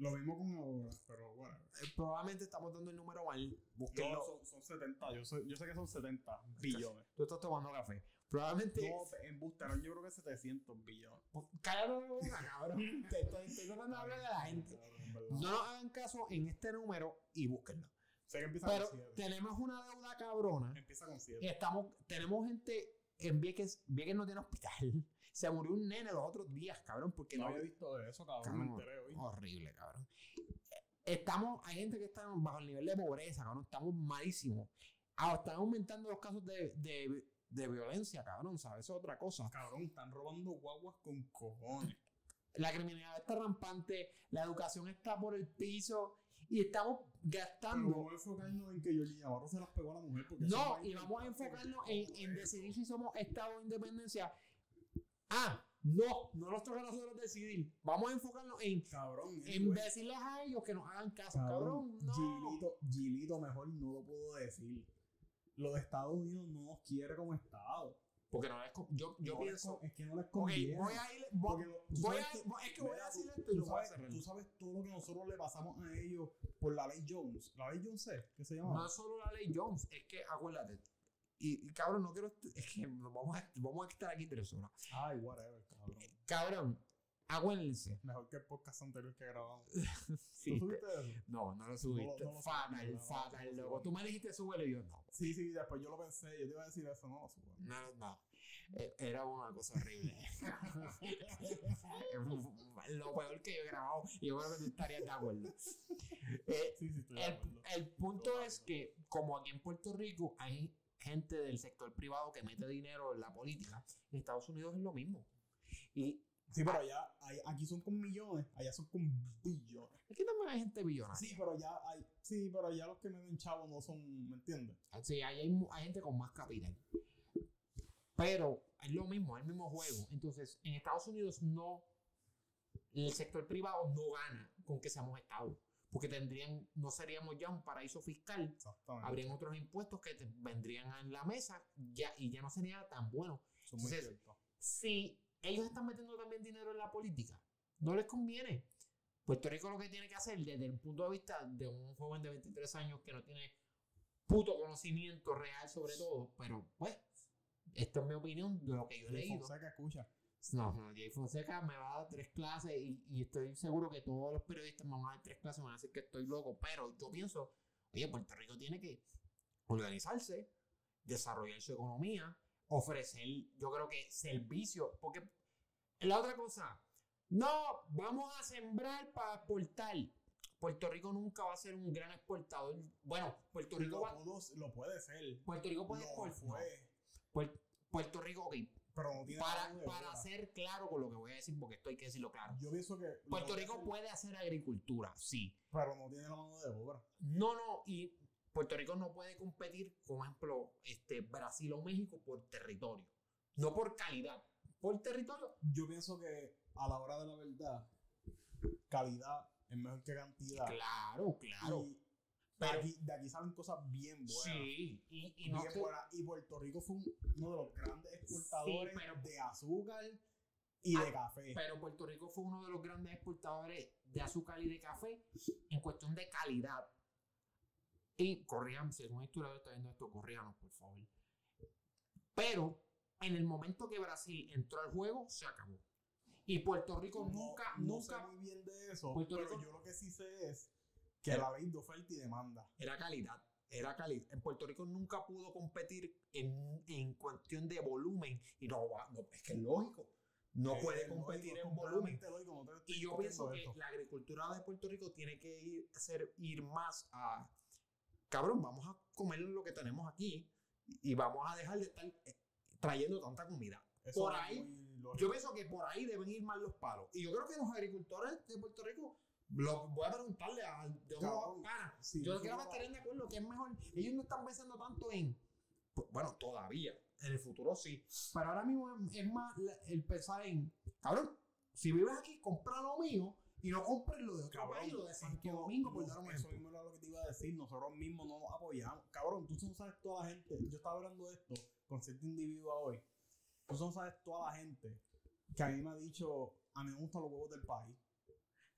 S2: Lo mismo con ahora, pero bueno.
S1: Eh, Probablemente estamos dando el número mal. Búsquenlo.
S2: No, son, son 70, yo sé, yo sé que son 70 billones.
S1: Tú estás tomando café. Probablemente.
S2: No, en Booster, yo creo que 700 billones.
S1: Cállate la boca, cabrón. Te estoy, estoy tratando de hablar a la gente.
S2: Cabrón, en verdad.
S1: No nos hagan caso en este número y búsquenlo.
S2: Sé que empieza
S1: Pero
S2: con 7.
S1: tenemos una deuda cabrona.
S2: Empieza con 7.
S1: Y estamos, tenemos gente en Vieques. Vieques no tiene hospital. Se murió un nene los otros días, cabrón, porque
S2: No
S1: no.
S2: había visto de eso, cabrón.
S1: Cabrón.
S2: Me enteré hoy.
S1: Horrible, cabrón. Estamos, hay gente que está bajo el nivel de pobreza, cabrón. Estamos malísimos. Ah, están aumentando los casos de, de, de violencia, cabrón, ¿sabes? Eso es otra cosa.
S2: Cabrón, están robando guaguas con cojones.
S1: La criminalidad está rampante, la educación está por el piso y estamos
S2: Pero vamos
S1: gastando.
S2: a enfocarnos en que Georgie Navarro se las pegó a la mujer. Porque eso
S1: Ah, No,
S2: es
S1: y vamos a
S2: importante,
S1: enfocarnos
S2: porque-
S1: en, en decidir si somos Estado de Independencia. Ah, no, no nos toca a nosotros decidir. Vamos a enfocarnos en,
S2: Cabrón,
S1: en
S2: anyway.
S1: decirles a ellos que nos hagan caso.
S2: cabrón.
S1: Cabrón, no.
S2: Gilito, Gilito, mejor no lo puedo decir. Los Estados Unidos no nos quiere como Estado.
S1: Porque no les con- Yo, yo
S2: No les
S1: pienso.
S2: con- es que no les
S1: Ok,
S2: conviene.
S1: voy a ir. Voy,
S2: Porque lo- tú
S1: voy
S2: sabes
S1: a,
S2: que-
S1: voy- es que voy
S2: Mira,
S1: a decir
S2: tú-
S1: esto y
S2: tú
S1: lo voy a
S2: sabes-
S1: cerrar.
S2: Tú sabes todo lo que nosotros le pasamos a ellos por la ley Jones. ¿La ley Jones es? ¿Qué se llama?
S1: No es solo la ley Jones, es que acuérdate, Y, y, cabrón, no quiero. est- Es que nos vamos a, vamos a estar aquí tres horas.
S2: Ay, whatever, cabrón.
S1: Cabrón, aguántense.
S2: Mejor que el podcast anterior que grabamos.
S1: Sí,
S2: ¿Tú subiste eso?
S1: No, no lo subiste.
S2: No lo- no lo
S1: fatal,
S2: subí, no, no,
S1: fatal,
S2: no lo
S1: loco.
S2: subí.
S1: Tú me dijiste súbelo y yo no.
S2: Sí, sí, después yo lo pensé, yo te iba a decir eso, no lo subo.
S1: No, no. Eh, Era una cosa horrible. lo peor que yo he grabado. Y yo creo que tú estarías de acuerdo. Eh,
S2: Sí, sí, estoy de
S1: el,
S2: acuerdo.
S1: el punto es que, como aquí en Puerto Rico hay gente del sector privado que mete dinero en la política, en Estados Unidos es lo mismo. Y
S2: Sí, pero allá, ahí- aquí son con millones, allá son con billones.
S1: aquí también hay gente billonaria.
S2: Sí, pero allá, hay, sí, pero allá los que me ven chavo no son, ¿me entiendes?
S1: Sí, ahí hay, mu- hay gente con más capital. Pero es lo mismo, es el mismo juego. Entonces, en Estados Unidos no, el sector privado no gana con que seamos Estado. Porque tendrían, no seríamos ya un paraíso fiscal.
S2: Exactamente.
S1: Habrían otros impuestos que te vendrían en la mesa ya, y ya no sería tan bueno.
S2: Son muy
S1: Entonces-
S2: ciertos.
S1: Si ellos están metiendo también dinero en la política, no les conviene. Puerto Rico lo que tiene que hacer desde el punto de vista de un joven de 23 años que no tiene puto conocimiento real sobre todo, pero pues, esta es mi opinión de lo que yo he
S2: Jay
S1: leído.
S2: Fonseca, escucha.
S1: No, no, Jay Fonseca me va a dar tres clases y, y estoy seguro que todos los periodistas me van a dar tres clases y me van a decir que estoy loco, pero yo pienso, oye, Puerto Rico tiene que organizarse, desarrollar su economía, ofrecer, yo creo que servicios, porque la otra cosa, no, vamos a sembrar para exportar. Puerto Rico nunca va a ser un gran exportador. Bueno, Puerto Rico,
S2: Lo,
S1: va-
S2: pudo, lo puede ser.
S1: Puerto Rico puede
S2: Lo
S1: exportar. no.
S2: fue,
S1: Puer- Puerto Rico, ok,
S2: pero no tiene
S1: para,
S2: mano de
S1: para
S2: obra.
S1: ser claro con lo que voy a decir, porque esto hay que decirlo claro.
S2: Yo pienso que. lo
S1: Puerto
S2: puede
S1: Rico
S2: hacer,
S1: puede hacer agricultura, sí.
S2: Pero no tiene la mano de obra.
S1: No, no, y Puerto Rico no puede competir, por ejemplo, este, Brasil o México por territorio. No por calidad, por territorio.
S2: Yo pienso que a la hora de la verdad, calidad es mejor que cantidad.
S1: Claro, claro.
S2: Y
S1: Pero-
S2: de, aquí, de aquí salen cosas bien buenas.
S1: sí, y, y no
S2: bien
S1: estoy-
S2: buenas. Y Puerto Rico fue un- uno de los grandes exportadores
S1: pero-
S2: de azúcar y
S1: Ah,
S2: de café.
S1: pero Puerto Rico fue uno de los grandes exportadores de azúcar y de café en cuestión de calidad. Y corrían, si algún historiador está viendo esto, corríanos, por favor. Pero en el momento que Brasil entró al juego, se acabó. Y Puerto Rico
S2: No-
S1: nunca,
S2: no sé
S1: nunca
S2: muy bien de eso,
S1: Puerto
S2: pero
S1: Rico- Eh,
S2: yo lo que sí sé es que
S1: Sí.
S2: la ley de oferta y demanda.
S1: era calidad. Era calidad. En Puerto Rico nunca pudo competir en, en cuestión de volumen. Y no, va- no, es que es lógico. No
S2: Eh,
S1: puede
S2: lógico,
S1: competir en volumen.
S2: completamente lógico, no te
S1: Y
S2: estoy
S1: yo
S2: discutiendo
S1: pienso que
S2: eso.
S1: la agricultura de Puerto Rico tiene que ir, ser, ir más a, cabrón, vamos a comer lo que tenemos aquí y vamos a dejar de estar eh, trayendo tanta comida.
S2: Eso
S1: por
S2: es
S1: ahí,
S2: muy lógico.
S1: Yo pienso que por ahí deben ir más los palos. Y yo creo que los agricultores de Puerto Rico, lo, voy a preguntarle a de uno
S2: Cabrón,
S1: cara.
S2: sí,
S1: yo
S2: yo
S1: creo que
S2: creo-
S1: estarían de acuerdo que es mejor. Ellos no están pensando tanto en, pues, bueno, todavía, en el futuro sí. Pero ahora mismo es, es más la- el pensar en, cabrón, si vives aquí, compra lo mío y no compres lo de
S2: Pues,
S1: otro país, lo de Santo
S2: nosotros-
S1: Domingo, por
S2: no,
S1: dar un
S2: pues, Eso
S1: ejemplo.
S2: mismo era lo que te iba a decir. Nosotros mismos no nos apoyamos. Cabrón, tú no sabes toda la gente. Yo estaba hablando de esto con cierto individuo hoy. Tú no sabes toda la gente que a mí me ha dicho, a mí me gustan los huevos del país.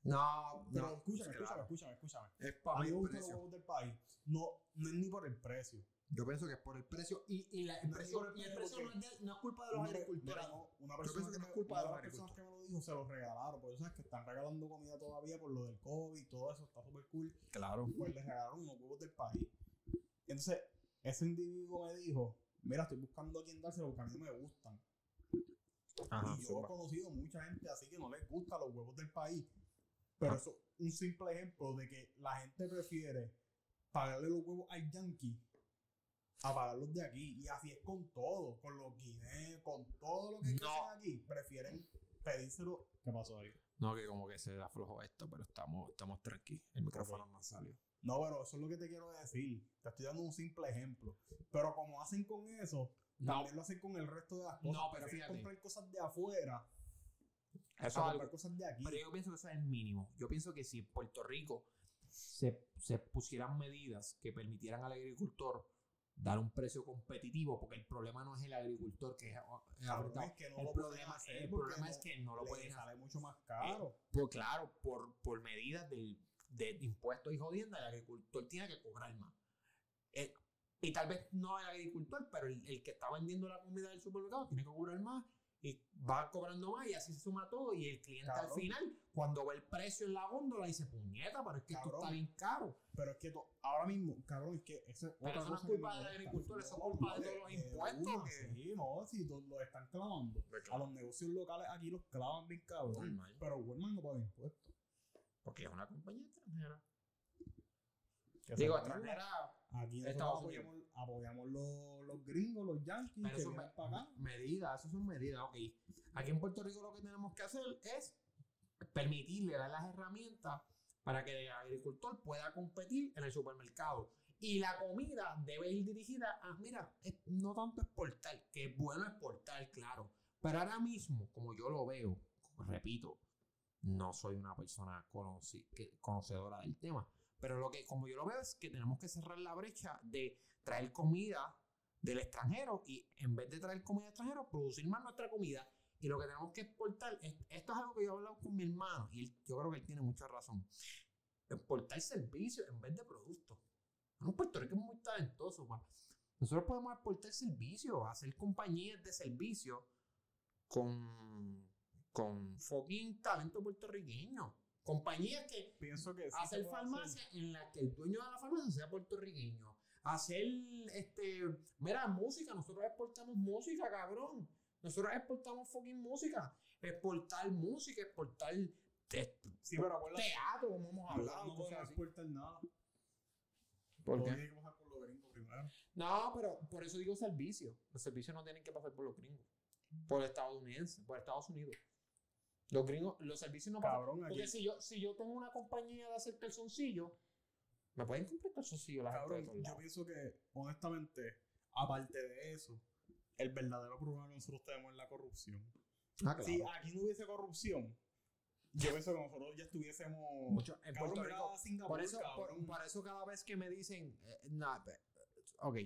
S1: No,
S2: Pero
S1: no,
S2: escúchame,
S1: claro.
S2: escúchame, escúchame, escúchame.
S1: Es
S2: A
S1: para
S2: mí
S1: mí
S2: me
S1: el
S2: gustan los
S1: precio.
S2: huevos del país. No, no es ni por el precio.
S1: Yo pienso que es por el precio. Y, y la, el
S2: No,
S1: precio,
S2: no,
S1: y el
S2: no,
S1: precio no
S2: porque-
S1: es, de- no es culpa de los
S2: Mira,
S1: agricultores.
S2: mira, no,
S1: pienso
S2: una persona
S1: que
S2: que
S1: no
S2: me,
S1: es culpa de
S2: una
S1: los
S2: las personas que me lo dijo se los regalaron. Porque sabes que están regalando comida todavía por lo del COVID y todo eso. Está súper cool.
S1: Claro.
S2: pues le regalaron unos huevos del país. Entonces, ese individuo me dijo, mira, estoy buscando a quien dárselo porque a mí no me gustan. y yo he conocido mucha gente así que no les gustan los huevos del país. Pero eso es un simple ejemplo de que la gente prefiere pagarle los huevos al yankee a pagarlos de aquí. Y así es con todo, con los guineos, con todo lo que
S1: No.
S2: crecen aquí. Prefieren pedírselo. ¿Qué pasó ahí?
S1: No, que como que se aflojó esto, pero estamos, estamos tranquilos. El
S2: micrófono
S1: no salió.
S2: No, pero eso es lo que te quiero decir. Te estoy dando un simple ejemplo. Pero como hacen con eso,
S1: No,
S2: también lo hacen con el resto de las
S1: No,
S2: cosas.
S1: pero
S2: Prefieren
S1: fíjate.
S2: comprar cosas de afuera
S1: eso es
S2: a comprar
S1: algo.
S2: cosas de aquí.
S1: Pero yo pienso que eso es el mínimo. Yo pienso que si en Puerto Rico se, se pusieran medidas que permitieran al agricultor dar un precio competitivo, porque el problema no es el agricultor que es es
S2: Cabrón,
S1: apretado.
S2: es que no
S1: El
S2: lo pueden
S1: problema,
S2: hacer
S1: el
S2: porque
S1: problema
S2: no-
S1: es que no lo
S2: le
S1: pueden hacer.
S2: sale mucho más caro.
S1: Pues claro, por, por medidas del- de, impuestos y jodienda, el agricultor tiene que cobrar más. Eh, Y tal vez no el agricultor, pero el, el que está vendiendo la comida del supermercado tiene que cobrar más y va cobrando más y así se suma todo. Y el cliente al
S2: Cabrón.
S1: final, cuando ve el precio en la góndola, dice, puñeta, pero es que esto
S2: Cabrón.
S1: está bien caro.
S2: Pero es que to- ahora mismo, cabrón, es que eso es
S1: Pero eso no es
S2: cosa
S1: culpa
S2: que
S1: del
S2: nos están-
S1: agricultor, eso es culpa de todos los impuestos
S2: una,
S1: que-
S2: Sí, no, si to- los están clavando. A los negocios locales aquí los clavan bien, cabrón.
S1: Normal,
S2: Pero Walmart no paga impuestos.
S1: porque es una compañía extranjera.
S2: Que se
S1: Digo,
S2: jodan.
S1: extranjera,
S2: Aquí nosotros
S1: Estados
S2: apoyamos, apoyamos los, los gringos, los yankees
S1: Pero
S2: que
S1: eso
S2: vienen para acá.
S1: medidas, eso son medidas, ok. Aquí en Puerto Rico lo que tenemos que hacer es permitirle dar las herramientas para que el agricultor pueda competir en el supermercado. Y la comida debe ir dirigida a, mira, es- no tanto exportar, que es bueno exportar, claro. Pero ahora mismo, como yo lo veo, repito, no soy una persona conoci- que- conocedora del tema. Pero lo que, como yo lo veo, es que tenemos que cerrar la brecha de traer comida del extranjero y en vez de traer comida extranjera, producir más nuestra comida. Y lo que tenemos que exportar, es- esto es algo que yo he hablado con mi hermano y él- yo creo que él tiene mucha razón. Exportar servicios en vez de productos. Un Puerto Rico es muy talentoso. pa. Nosotros podemos exportar servicios, hacer compañías de servicios con, con fucking talento puertorriqueño. Compañías que
S2: Pienso que sí se
S1: hacer
S2: puede
S1: farmacia en la que el dueño de la farmacia sea puertorriqueño. Hacer, este, mira, música. Nosotros exportamos música, cabrón. Nosotros exportamos fucking música. Exportar música, exportar te-
S2: Sí, pero acuérdate,
S1: teatro, como hemos hablado. cosas
S2: no podemos
S1: así.
S2: exportar nada. Todo tiene que pasar por los gringos primero.
S1: No, pero por eso digo servicio. Los servicios no tienen que pasar por los gringos. Por estadounidenses, por Estados Unidos. Los gringos, los servicios no pasan
S2: Cabrón, aquí.
S1: Porque si yo, si yo tengo una compañía de hacer calzoncillo, me pueden comprar calzoncillo la gente de todos
S2: Cabrón, yo
S1: lados.
S2: pienso que, honestamente, aparte de eso, el verdadero problema que nosotros tenemos es la corrupción.
S1: Ah, claro.
S2: Si aquí no hubiese corrupción, yo pienso que nosotros ya estuviésemos.
S1: Mucho- en
S2: Cabrón,
S1: Puerto
S2: mira
S1: Rico.
S2: a Singapur,
S1: Por eso, por,
S2: cabrón.
S1: por eso cada vez que me dicen, eh, nah, pe- ok,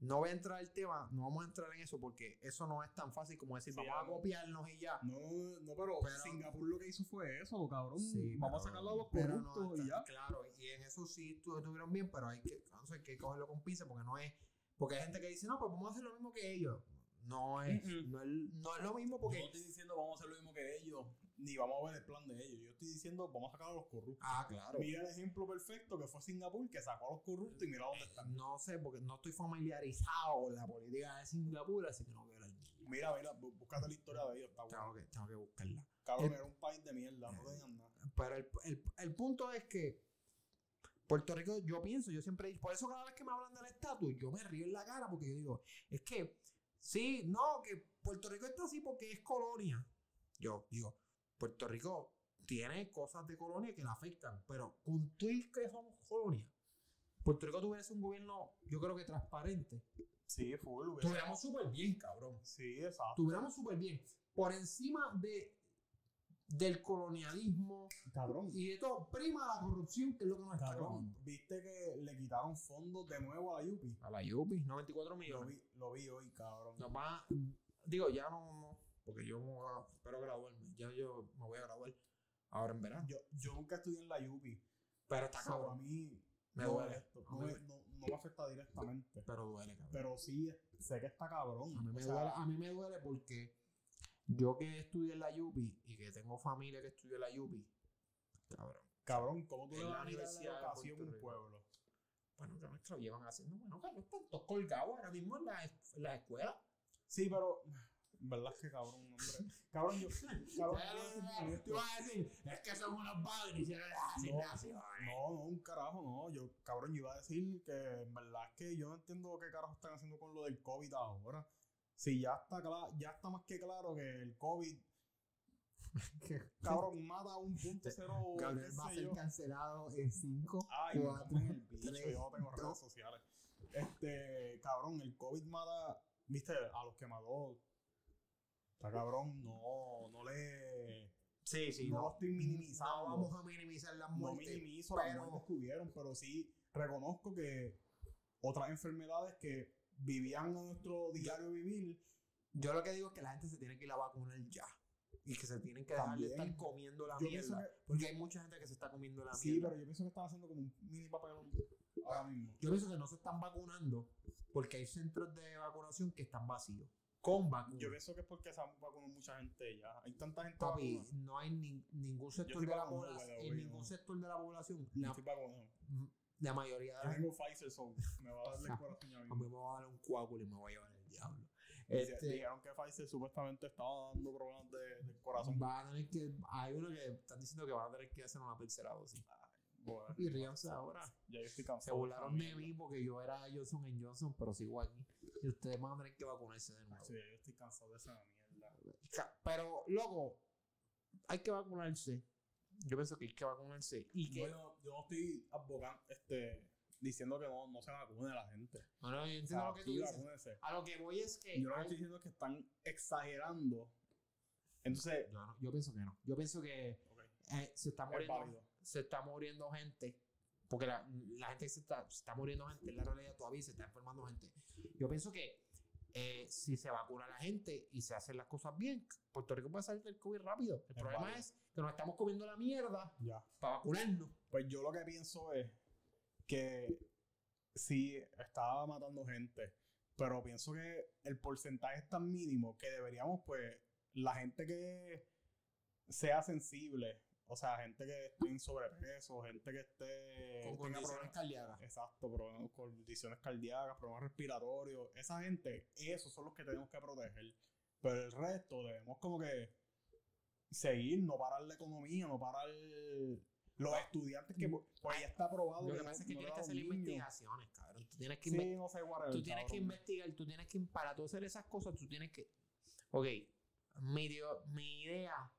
S1: no voy a entrar al tema, no vamos a entrar en eso porque eso no es tan fácil como decir,
S2: Sí,
S1: vamos a
S2: algo.
S1: copiarnos y ya.
S2: No, no, pero,
S1: Pero-
S2: Singapur lo que hizo fue eso, cabrón.
S1: Sí,
S2: Vamos a
S1: pero-
S2: sacar los
S1: pero no
S2: corruptos
S1: está-
S2: y ya.
S1: Claro, y en eso sí estu- estuvieron bien, pero hay que, entonces hay que cogerlo con pinza porque no es. Porque hay gente que dice, no, pues vamos a hacer lo mismo que ellos. No es,
S2: Mm-mm.
S1: no es, no es lo mismo porque.
S2: No estoy diciendo vamos a hacer lo mismo que ellos, ni vamos a ver el plan de ellos. Yo estoy diciendo vamos a sacar a los corruptos.
S1: Ah, claro.
S2: Mira el ejemplo perfecto que fue Singapur, que sacó a los corruptos y mira dónde están.
S1: No sé, porque no estoy familiarizado con la política de Singapur, así que no veo la línea.
S2: Mira, mira, bú- búscate la historia de ellos, está bueno.
S1: Tengo que, tengo que buscarla.
S2: Cabrón,
S1: El-
S2: era un país de mierda, no tenían nada.
S1: Pero el, el- el punto es que Puerto Rico, yo pienso, yo siempre, por eso cada vez que me hablan del estatus, yo me río en la cara porque yo digo, es que, sí, no, que Puerto Rico está así porque es colonia. Yo digo, Puerto Rico tiene cosas de colonia que la afectan, pero con tú y que somos colonia, Puerto Rico tuviese un gobierno, yo creo que transparente.
S2: Sí, full, hubiera-
S1: Tuviéramos súper bien, cabrón.
S2: Sí, exacto.
S1: Tuviéramos súper bien. Por encima de, del colonialismo,
S2: Cabrón,
S1: y de todo, prima la corrupción, que es lo que nos está
S2: cabrón.
S1: acabando.
S2: Viste que le quitaron fondos de nuevo a la Yupi.
S1: A la Yupi, 94
S2: Lo
S1: millones.
S2: vi, lo vi hoy, cabrón.
S1: Nos van a- digo, ya no, no, porque yo me voy a- espero graduarme, ya yo me voy a graduar ahora en verano.
S2: Yo, yo nunca estudié en la Yupi.
S1: Pero está
S2: So, a
S1: cabrón,
S2: mí
S1: me
S2: no,
S1: duele.
S2: esto,
S1: A
S2: no,
S1: mí
S2: me,
S1: me-
S2: no- no me afecta directamente.
S1: pero duele, cabrón.
S2: Pero sí, sé que está cabrón.
S1: a, mí
S2: o
S1: me
S2: sea,
S1: duele, a mí me duele porque yo que estudié en la Yupi y que tengo familia que estudió en la Yupi, cabrón.
S2: Cabrón, ¿cómo tú
S1: En
S2: le
S1: la
S2: vas a mirar
S1: Universidad de
S2: la educación a
S1: Puerto
S2: un
S1: Rico.
S2: pueblo?
S1: Bueno, cabrón, que lo llevan haciendo, bueno, cabrón, están todos colgados ahora mismo en las en las escuelas.
S2: Sí, pero. ¿Verdad que cabrón, hombre? Cabrón, yo. Cabrón, yo voy a ser honesto.
S1: Tú vas a decir, es que somos los padres y se las asignaciones.
S2: no, no, un carajo, no. Yo, cabrón, yo iba a decir que en verdad es que yo no entiendo qué carajo están haciendo con lo del COVID ahora. Si ya está cla- ya está más que claro que el COVID, cabrón, mata a un punto cero.
S1: Gabriel
S2: qué sé
S1: va a ser
S2: yo.
S1: cancelado en 5,
S2: Ay, me
S1: cuatro,
S2: cambian el bicho,
S1: tres,
S2: yo no tengo redes
S1: dos.
S2: sociales. Este, cabrón, el COVID mata, viste, a los quemados. Está cabrón, no, no le.
S1: Sí, sí,
S2: no, lo estoy minimizando.
S1: No vamos a minimizar las
S2: no
S1: muertes.
S2: minimizo las
S1: pero-
S2: muertes que hubieron, pero sí reconozco que otras enfermedades que vivían a nuestro diario vivir,
S1: Yo lo que digo es que la gente se tiene que ir a vacunar ya. y que se tienen que dejar de
S2: También.
S1: estar comiendo la
S2: Yo pienso
S1: mierda.
S2: que-
S1: Porque hay mucha gente que se está comiendo la
S2: Sí,
S1: mierda.
S2: pero yo pienso que están haciendo como un mini papelón ahora mismo.
S1: Yo pienso que no se están vacunando porque hay centros de vacunación que están vacíos. Con vacunas.
S2: Yo pienso que es porque se han vacunado mucha gente ya. Hay tanta gente
S1: Papi,
S2: vacunada.
S1: no hay nin- ningún sector
S2: estoy
S1: de la
S2: vacunado,
S1: población.
S2: by the
S1: En
S2: way,
S1: ningún
S2: ¿no?
S1: sector de la población.
S2: Yo
S1: La,
S2: estoy vacunado.
S1: la mayoría de
S2: Yo
S1: la gente.
S2: tengo Pfizer, so me va a darle el corazón ya
S1: A
S2: mismo.
S1: mí me va a dar un coágulo y me va a llevar el diablo.
S2: Dice-
S1: Este,
S2: Dijeron que Pfizer supuestamente estaba dando problemas de, del corazón.
S1: va a tener que. Hay uno que están diciendo que van a tener que hacer una tercera dosis.
S2: Ah, Bueno,
S1: Y ríanse ahora.
S2: ya yo estoy
S1: Se
S2: cansado.
S1: burlaron de
S2: esta
S1: mí
S2: mierda.
S1: porque yo era Johnson Johnson, pero sigo aquí. Y ustedes van a tener que vacunarse de nuevo.
S2: Sí, yo estoy cansado de esa mierda.
S1: Ca- Pero, loco, hay que vacunarse. Yo pienso que hay que vacunarse. Y que.
S2: No, yo, yo no estoy abogando, este, diciendo que no, no se vacune la gente.
S1: No, no, yo
S2: O
S1: entiendo
S2: sea,
S1: lo que tú
S2: sí,
S1: dices.
S2: vacúnense.
S1: A lo que voy es que.
S2: Yo lo que
S1: hay-
S2: estoy diciendo es que están exagerando. Entonces,
S1: No, no, yo pienso que no. Yo pienso que
S2: ok,
S1: eh, se está
S2: es
S1: muriendo.
S2: válido.
S1: se está muriendo gente, porque la, la gente que se está, se está muriendo gente, en la realidad todavía se está enfermando gente. Yo pienso que eh, si se vacuna la gente y se hacen las cosas bien, Puerto Rico puede salir del COVID rápido. El
S2: Es
S1: problema
S2: válido.
S1: es que nos estamos comiendo la mierda
S2: Ya.
S1: para vacunarnos.
S2: Pues yo lo que pienso es que sí, estaba matando gente, pero pienso que el porcentaje es tan mínimo que deberíamos, pues, la gente que sea sensible, o sea, gente que esté en sobrepeso, gente que esté...
S1: con
S2: tenga
S1: condiciones
S2: problemas-
S1: cardíacas.
S2: Exacto, problemas, condiciones cardíacas, problemas respiratorios, esa gente, esos son los que tenemos que proteger. Pero el resto debemos como que seguir, no parar la economía, no parar los estudiantes que po- pues ya está probado.
S1: Lo que
S2: no-
S1: pasa es que
S2: no le
S1: tienes
S2: da
S1: que
S2: a los
S1: hacer
S2: niños.
S1: investigaciones, cabrón. Tú tienes que, inve-
S2: Sí, no sé, whatever,
S1: tú tienes que
S2: cabrón.
S1: investigar, tú tienes que, para tú hacer esas cosas, tú tienes que, ok, mi, ideo- mi idea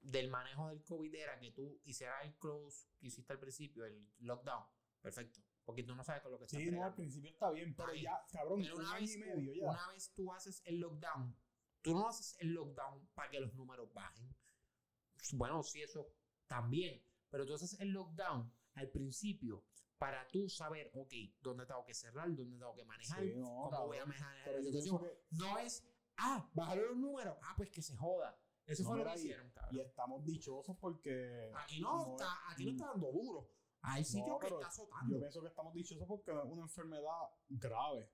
S1: del manejo del COVID era que tú hicieras el close que hiciste al principio, el lockdown, perfecto, porque tú no sabes con lo que estás
S2: Sí, no, al
S1: bregando.
S2: principio está bien, pero
S1: Está bien.
S2: ya, cabrón,
S1: Pero
S2: un
S1: una
S2: año
S1: vez,
S2: y
S1: tú-
S2: medio ya.
S1: una vez tú haces el lockdown, tú no haces el lockdown para que los números bajen. Bueno, sí, eso también. Pero tú haces el lockdown al principio para tú saber, ok, dónde tengo que cerrar, dónde tengo que manejar,
S2: Sí, no,
S1: cómo
S2: cabrón,
S1: voy a manejar
S2: Pero
S1: la
S2: yo
S1: situación.
S2: pienso que-
S1: No es, ah, bajaron los números, ah, pues que se joda. Eso
S2: No,
S1: fue lo que
S2: mira, y-
S1: hicieron,
S2: y
S1: cabrón.
S2: estamos dichosos porque...
S1: Aquí no,
S2: no,
S1: está, aquí no está dando duro. Hay sitios que
S2: mm. pero
S1: está
S2: Yo
S1: azotando.
S2: pienso que estamos dichosos porque no es una enfermedad grave.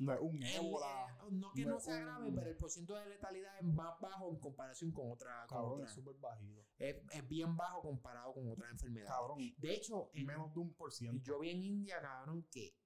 S2: No es un
S1: El-
S2: ébola.
S1: eh, no que no
S2: me-
S1: sea grave,
S2: un-
S1: pero el porcentaje de letalidad es más bajo en comparación con otra. con
S2: Cabrón,
S1: otra.
S2: es súper bajito.
S1: Es, es bien bajo comparado con otras enfermedades.
S2: Cabrón,
S1: De hecho, en-
S2: menos de un por ciento.
S1: yo vi en India, cabrón, que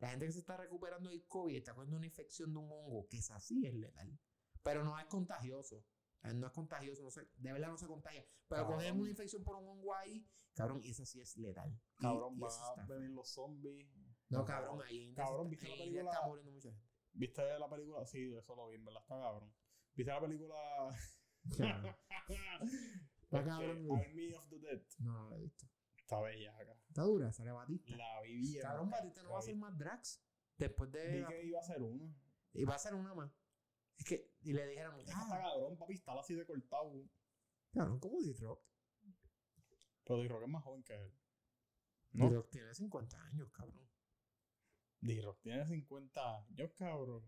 S1: la gente que se está recuperando del COVID está con una infección de un hongo, que es así, es letal. Pero no es contagioso. Eh, No es contagioso, no se- de verdad no se contagia. Pero
S2: Cabrón.
S1: coger una infección por un hongo ahí, cabrón, y esa sí es letal. Y-
S2: Cabrón,
S1: y
S2: van
S1: eso
S2: a
S1: está-
S2: venir los zombies.
S1: No, cabrón, ahí en India
S2: Cabrón,
S1: se
S2: ¿viste
S1: está,
S2: la
S1: en India
S2: película?
S1: está muriendo mucha gente.
S2: ¿Viste la película? Sí, eso lo vi, en verdad está cabrón. ¿Viste la película?
S1: Está
S2: Este,
S1: cabrón.
S2: Army of the Dead.
S1: No, no la he visto.
S2: Está bellaca.
S1: Está dura, sale Batista.
S2: La vi bien.
S1: Cabrón, Batista no
S2: la
S1: va a
S2: vi.
S1: hacer más drags. Después de.
S2: Vi
S1: la-
S2: que iba a ser uno.
S1: Y va a ser una más. Es que. Y le dijeron.
S2: Es que está
S1: Ah,
S2: cabrón, papi, está así de cortado.
S1: cabrón, ¿cómo D-Rock?
S2: Pero D-Rock es más joven que él. ¿No?
S1: D-Rock tiene 50 años, cabrón.
S2: D-Rock tiene 50 años, cabrón.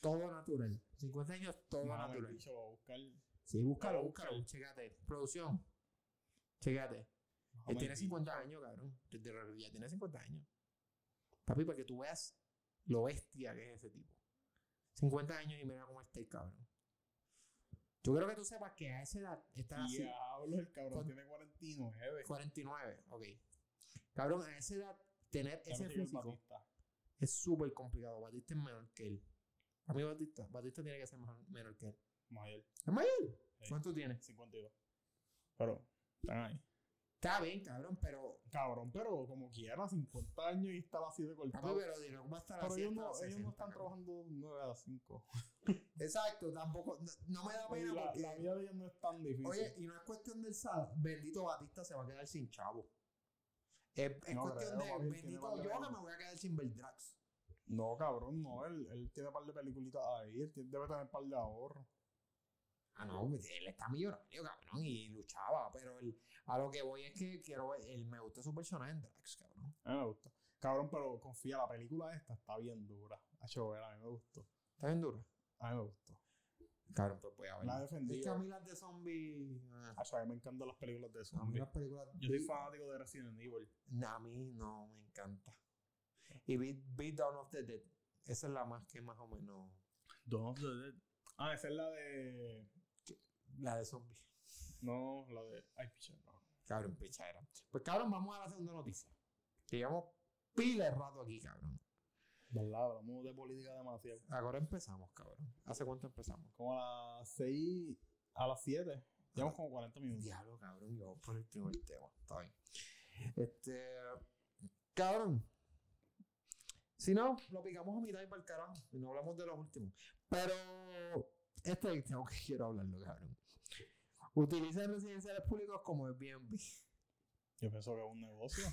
S1: Todo natural. 50 años, todo
S2: Mano, el
S1: natural.
S2: bicho lo va a buscar.
S1: Sí, búscalo,
S2: Claro,
S1: búscalo.
S2: búscalo.
S1: Chécate. Producción. Chécate. Él
S2: Mano,
S1: tiene
S2: el
S1: 50 años, cabrón. D-Rock ya tiene 50 años. Papi, para que tú veas lo bestia que es ese tipo. 50 años y mira cómo está el cabrón. Yo creo que tú sepas que a esa edad está así.
S2: Diablo, el cabrón
S1: Con-
S2: tiene 49.
S1: 49, ok. Cabrón, a esa edad, tener
S2: Ya me
S1: ese
S2: llegó el
S1: físico
S2: Batista.
S1: es súper complicado. Batista es menor que él. A mí Batista, Batista tiene que ser mejor- menor que él.
S2: Mayer,
S1: ¿Es mayor?
S2: Sí.
S1: ¿Cuánto tiene?
S2: 52. Pero, están ahí.
S1: Está bien, cabrón, pero...
S2: Cabrón, pero como quiera, 50 años y estar así de
S1: Papi,
S2: cortado.
S1: pero Dino va a estar
S2: Pero
S1: así
S2: ellos
S1: hasta
S2: no,
S1: los
S2: ellos
S1: 60,
S2: no están
S1: cabrón.
S2: trabajando 9 a 5.
S1: Exacto, tampoco... No, no me da pena
S2: La,
S1: porque...
S2: la vida de ellos no es tan difícil.
S1: Oye, y no es cuestión del SAD. Bendito Batista se va a quedar sin chavo. Es, es
S2: No
S1: cuestión
S2: creo, papi,
S1: de...
S2: él tiene
S1: Bendito
S2: más
S1: yo
S2: de
S1: que
S2: menos.
S1: me voy a quedar sin Beldrax.
S2: no, cabrón, no. Él, él tiene un par de peliculitas ahí. Él tiene- debe tener un par de ahorros.
S1: Ah, no, pues, él está millonario, cabrón, y luchaba, pero él- a lo que voy es que quiero ver, él, me gusta su personaje en Drax, cabrón.
S2: A mí me gusta. Cabrón, pero confía, la película esta está bien dura. A a mí me gustó.
S1: Está bien duro.
S2: A mí me gustó.
S1: Cabrón, pues voy a ver.
S2: La
S1: Es que a
S2: defendía.
S1: mí las de zombies. ah,
S2: O sea, me encantan las películas de
S1: a mí
S2: zombies.
S1: las películas.
S2: Yo soy fanático de Resident Evil.
S1: Nah, a mí no me encanta. Y vi, vi Dawn of the Dead. Esa es la más que más o menos.
S2: Dawn of the Dead. Ah, esa es la de.
S1: La de zombies.
S2: No, la de. Ay, picha, no.
S1: Cabrón, pichadera. Pues cabrón, vamos a la segunda noticia. Que llevamos pila de rato aquí, cabrón.
S2: ¿Verdad? Hablamos de política demasiado.
S1: Ahora empezamos, cabrón. ¿Hace cuánto empezamos?
S2: Como a las 6. A las 7. Llevamos como 40 minutos.
S1: Diablo, cabrón, yo por el primer tema. Está bien. Este. Cabrón. Si no, lo picamos a mitad y para el carajo. Y no hablamos de los últimos. Pero. Esto es tengo que quiero hablarlo, cabrón. Utilizan residenciales públicos como Airbnb.
S2: Yo pienso que es un negocio.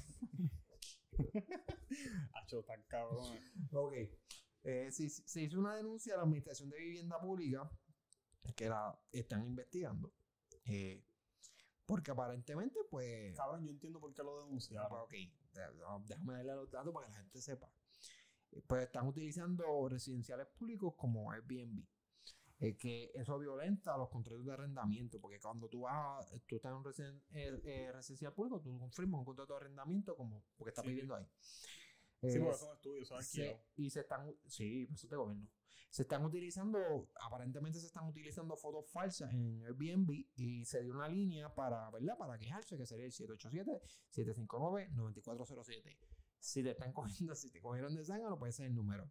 S2: Hacho, tan cabrón.
S1: Ok. Eh, se, hizo- se hizo una denuncia a la Administración de Vivienda Pública que la están investigando. Eh, porque aparentemente, pues.
S2: Cabrón, yo entiendo por qué lo
S1: Ah, pues,
S2: denunciaron.
S1: ok, da- da- déjame darle los datos para que la gente sepa. Eh, Pues están utilizando residenciales públicos como Airbnb. Es que eso violenta los contratos de arrendamiento, porque cuando tú vas, a- tú estás en un residen- eh, eh, residencial público, tú confirmas un contrato de arrendamiento como porque estás
S2: Sí, sí.
S1: viviendo ahí.
S2: Sí,
S1: Eh,
S2: porque son estudios, ¿sabes?
S1: se- y se están, sí, pues eso es de gobierno. Se están utilizando, aparentemente se están utilizando fotos falsas en Airbnb y se dio una línea para, ¿verdad? Para quejarse, que sería el 787-759-9407. Si te están cogiendo, si te cogieron de sangre, no puede ser el número.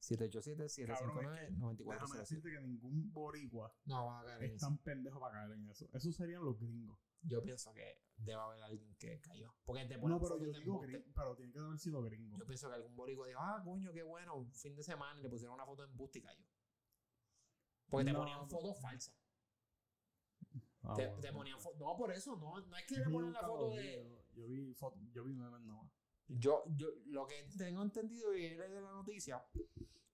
S1: 787-759-9407.
S2: Déjame decirte que ningún boricua
S1: no, van a caer en
S2: es
S1: eso.
S2: tan pendejo para caer en eso. Esos serían los gringos.
S1: Yo pienso que debe haber alguien que cayó. Porque te ponen
S2: No, pero
S1: fotos
S2: yo
S1: de
S2: digo
S1: embuste.
S2: gringo, pero tiene que haber sido gringo.
S1: Yo pienso que algún borico dijo, ah, coño, qué bueno, un fin de semana, y le pusieron una foto en busta y cayó. Porque te
S2: No.
S1: ponían fotos falsas.
S2: Ah,
S1: te,
S2: bueno.
S1: te ponían fotos. No, por eso, no, no es que
S2: Yo
S1: le ponen la
S2: nunca
S1: foto
S2: lo vi,
S1: de.
S2: Yo, yo vi foto, yo vi memes nomás.
S1: Yo, yo, lo que tengo entendido y leí de la noticia,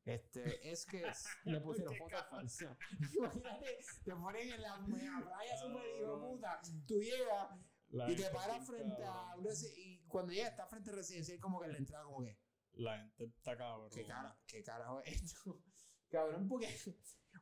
S1: este, es que s- le pusieron
S2: Qué
S1: fotos
S2: cabrón.
S1: falsas. Imagínate, te ponen en la mega playa super hijo de
S2: Cabrón.
S1: puta. Tú llegas
S2: La
S1: y te
S2: gente
S1: paras
S2: está
S1: frente a. un
S2: cabrón.
S1: resi- Y cuando llegas, estás frente al residencial, como que en la entrada, como que.
S2: La gente está cabrón.
S1: ¿Qué, cara, ¿Qué carajo es esto? Cabrón, porque.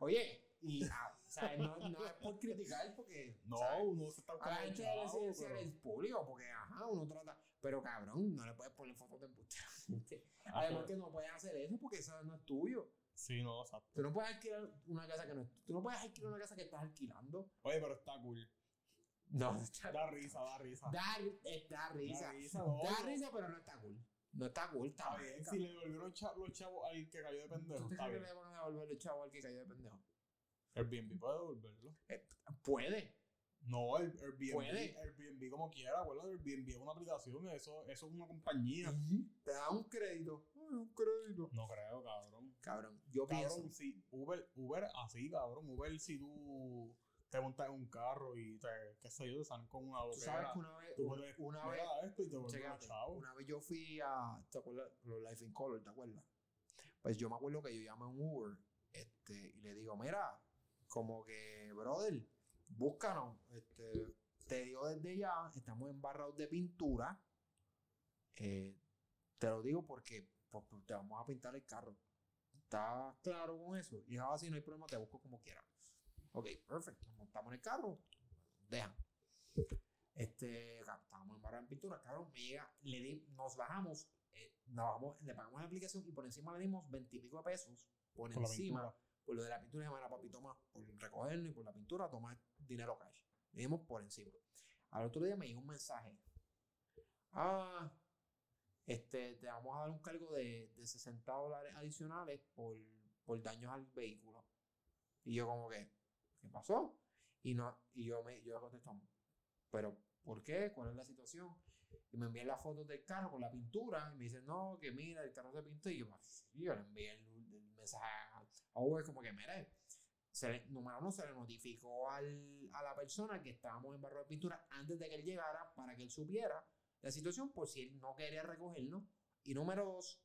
S1: Oye, y, ah, ¿sabes? No, no es por criticar, porque.
S2: No,
S1: ¿sabes?
S2: uno se está
S1: A la gente de
S2: chavo,
S1: residencia
S2: pero-
S1: es público, porque, ajá, uno trata. Pero cabrón, no le puedes poner fotos de embuste a la gente.
S2: Ah,
S1: Además,
S2: pero-
S1: que no puedes hacer eso porque eso no es tuyo.
S2: Sí, no, exacto.
S1: Tú no puedes alquilar una casa que no es. Tú no puedes alquilar una casa que estás alquilando.
S2: Oye, pero está cool.
S1: No, está.
S2: Da risa, da risa.
S1: Da, eh, da risa.
S2: Da risa, no,
S1: Da
S2: no.
S1: risa, pero no está cool. No está cool, está
S2: Está
S1: mal,
S2: bien,
S1: cabrón.
S2: si le devolvieron cha- los chavos al que cayó de pendejo,
S1: ¿Tú te
S2: está
S1: crees que
S2: bien.
S1: le van a devolver el chavo al que cayó de pendejo?
S2: Airbnb puede devolverlo.
S1: Puede.
S2: No, el- Airbnb,
S1: Puede.
S2: Airbnb como quiera, acuérdate, Airbnb es una aplicación, eso, eso es una compañía.
S1: Te da un crédito. Ay, un crédito.
S2: No creo, cabrón.
S1: Cabrón, yo
S2: Cabrón,
S1: pienso.
S2: sí, Uber, Uber así, cabrón. Uber si tú te montas en un carro y te, qué sé yo, te salen con una
S1: Tú sabes
S2: loquera.
S1: que una vez,
S2: Tú puedes,
S1: una
S2: mira
S1: vez,
S2: esto y te vuelves
S1: chécate,
S2: chavo.
S1: una vez yo fui a, ¿te acuerdas? Los Life in Color, ¿te acuerdas? Pues yo me acuerdo que yo llamé a un Uber este, y le digo, mira, como que, brother, búscanos. Este, te digo desde ya, estamos embarrados de pintura. Eh, te lo digo porque pues, pues, te vamos a pintar el carro. ¿Está claro con eso? Y ahora si no hay problema, te busco como quiera. Ok, perfecto. Nos montamos en el carro. Dejan. Este, ca- estábamos embarrados en pintura. Cabrón, me llega, le di- nos bajamos, eh, nos bajamos, le pagamos la aplicación y por encima le dimos 20 y pico de pesos. Por,
S2: Por la
S1: encima,
S2: pintura.
S1: por lo de la pintura, llamar a papi, toma, por recogerlo y por la pintura, toma dinero cash. Le dimos por encima. Al otro día me llegó un mensaje. Ah, este, te vamos a dar un cargo de, de 60 dólares adicionales por, por daños al vehículo. Y yo como que, ¿qué pasó? Y, no, y yo, me, yo le contesto, ¿pero por qué? ¿Cuál es la situación? Y me envían las fotos del carro con la pintura. Y me dicen, no, que mira, el carro se pintó. Y yo, pues, sí, yo le envié el, el mensaje a a Uber como que, mire, se le, número uno, se le notificó al, a la persona que estábamos en barro de pintura antes de que él llegara para que él supiera la situación por si él no quería recogerlo. Y número dos,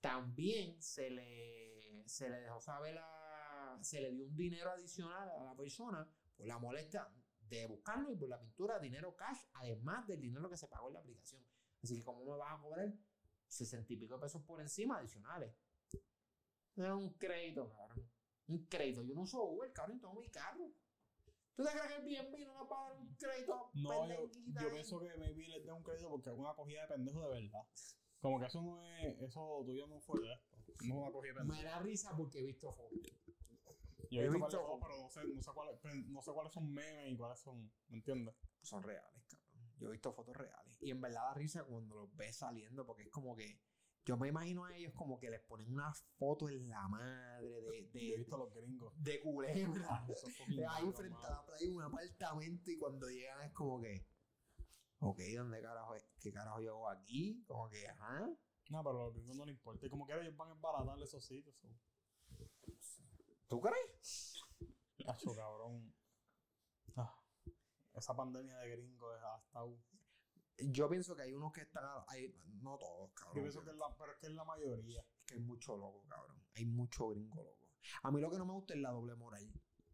S1: también se le, se le dejó saber, la, se le dio un dinero adicional a la persona por la molestia de buscarlo y por la pintura, dinero cash, además del dinero que se pagó en la aplicación. Así que, ¿cómo me vas a cobrar 60 y pico de pesos por encima adicionales? Es un crédito, cabrón. un crédito. Yo no uso Uber, cabrón, tengo mi carro. ¿Tú te crees que el Airbnb no nos va a dar un crédito?
S2: No, yo,
S1: pendequita
S2: yo
S1: ahí?
S2: pienso que maybe les den un crédito porque es una cogida de pendejo de verdad. Como que eso no es, eso tuyo no fue de esto. No es una cogida de pendejo.
S1: Me da risa porque he visto fotos.
S2: Yo
S1: He
S2: he visto,
S1: visto-
S2: varios, pero no sé, no sé cuáles, pero no sé cuáles son memes y cuáles son, ¿me entiendes?
S1: Son reales, cabrón. Yo he visto fotos reales. Y en verdad da risa cuando los ves saliendo porque es como que. Yo me imagino a ellos como que les ponen una foto en la madre de,
S2: Yo he
S1: de,
S2: visto a los gringos.
S1: de culebra.
S2: Eso es fucking
S1: ahí
S2: gringos,
S1: frente a
S2: mano.
S1: la playa un apartamento y cuando llegan es como que, ok, ¿dónde carajo es? ¿Qué carajo yo hago aquí? Como que, ajá.
S2: No, pero a los gringos no les importa. Y como quiera ellos van a embaratarle esos sitios. so.
S1: ¿Tú crees?
S2: Tacho, cabrón. Ah, esa pandemia de gringos es hasta... u-
S1: Yo pienso que hay unos que están, hay, no todos, cabrón.
S2: Yo pienso que es la, pero es que es la mayoría.
S1: que hay mucho loco, cabrón. Hay mucho gringo loco. A mí lo que no me gusta es la doble moral.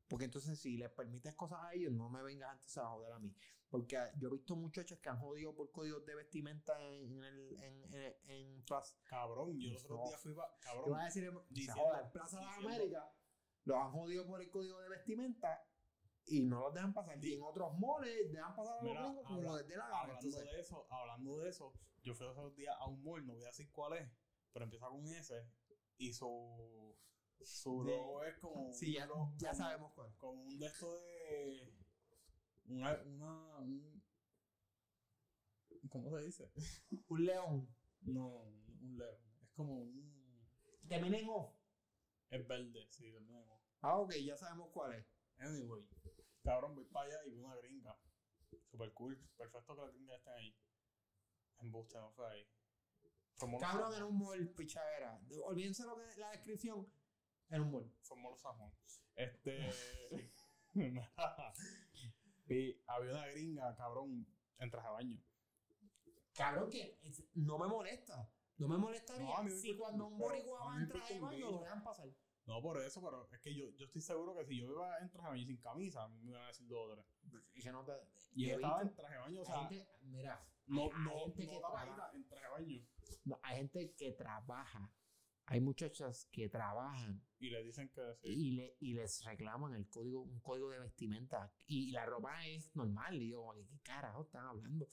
S1: Porque entonces si les permites cosas a ellos, no me vengas antes a joder a mí. Porque ah, yo he visto muchachas que han jodido por códigos de vestimenta en, en el... En, en, en Plaza-
S2: Cabrón, yo los
S1: No.
S2: otros días fui para...
S1: Te
S2: Cabrón,
S1: voy a decir, se
S2: Diciendo-
S1: joda, en Plaza de las
S2: diciendo-
S1: Américas los han jodido por el código de vestimenta y no los dejan pasar. Y en otros moles dejan pasar a los
S2: Mira,
S1: gringos como
S2: habla-
S1: los de la gana.
S2: Hablando
S1: Entonces,
S2: de eso, hablando de eso, yo fui hace dos días a un mall, no voy a decir cuál es, pero empieza con S y su, su
S1: De-
S2: logo es como,
S1: sí, ya,
S2: lo-
S1: ya
S2: como-
S1: sabemos cuál.
S2: como un de esto de una, una un- ¿cómo se dice?
S1: Un león.
S2: No, un león, es como un
S1: Termina en O.
S2: es verde, sí, del nuevo.
S1: Ah, ok, ya sabemos cuál es.
S2: Anyway, cabrón, voy para allá y vi una gringa. Super cool. Perfecto que las gringas estén ahí. En Busta, no fue ahí. Formó los
S1: Cabrón, en un mall, pichadera. Olvídense lo que la descripción. En un mall.
S2: Formó los San Juan. Este. y había una gringa, cabrón, en traje de baño.
S1: Cabrón, que es- no me molesta. No me molestaría
S2: No, a mí me
S1: si
S2: importa-
S1: cuando un
S2: pero
S1: boricua
S2: a
S1: va a
S2: mí me
S1: entrar
S2: importa
S1: de
S2: un
S1: baño,
S2: bicho.
S1: lo dejan pasar.
S2: No por eso, pero es que yo, yo estoy seguro que si yo iba en traje de baño y sin camisa, a mí me iban a decir dos o tres.
S1: Y que no te...
S2: Y
S1: yo he
S2: ella estaba
S1: visto-
S2: en traje de baño, o
S1: hay
S2: sea,
S1: gente- mira,
S2: no,
S1: hay
S2: no,
S1: gente que
S2: no tapadita,
S1: trabaja.
S2: en traje de baño.
S1: No, hay gente que trabaja. Hay muchachas que trabajan
S2: Y le dicen que sí.
S1: y, le, y les reclaman el código, un código de vestimenta. Y la ropa es normal. Y yo, como que, ¿qué carajo están hablando?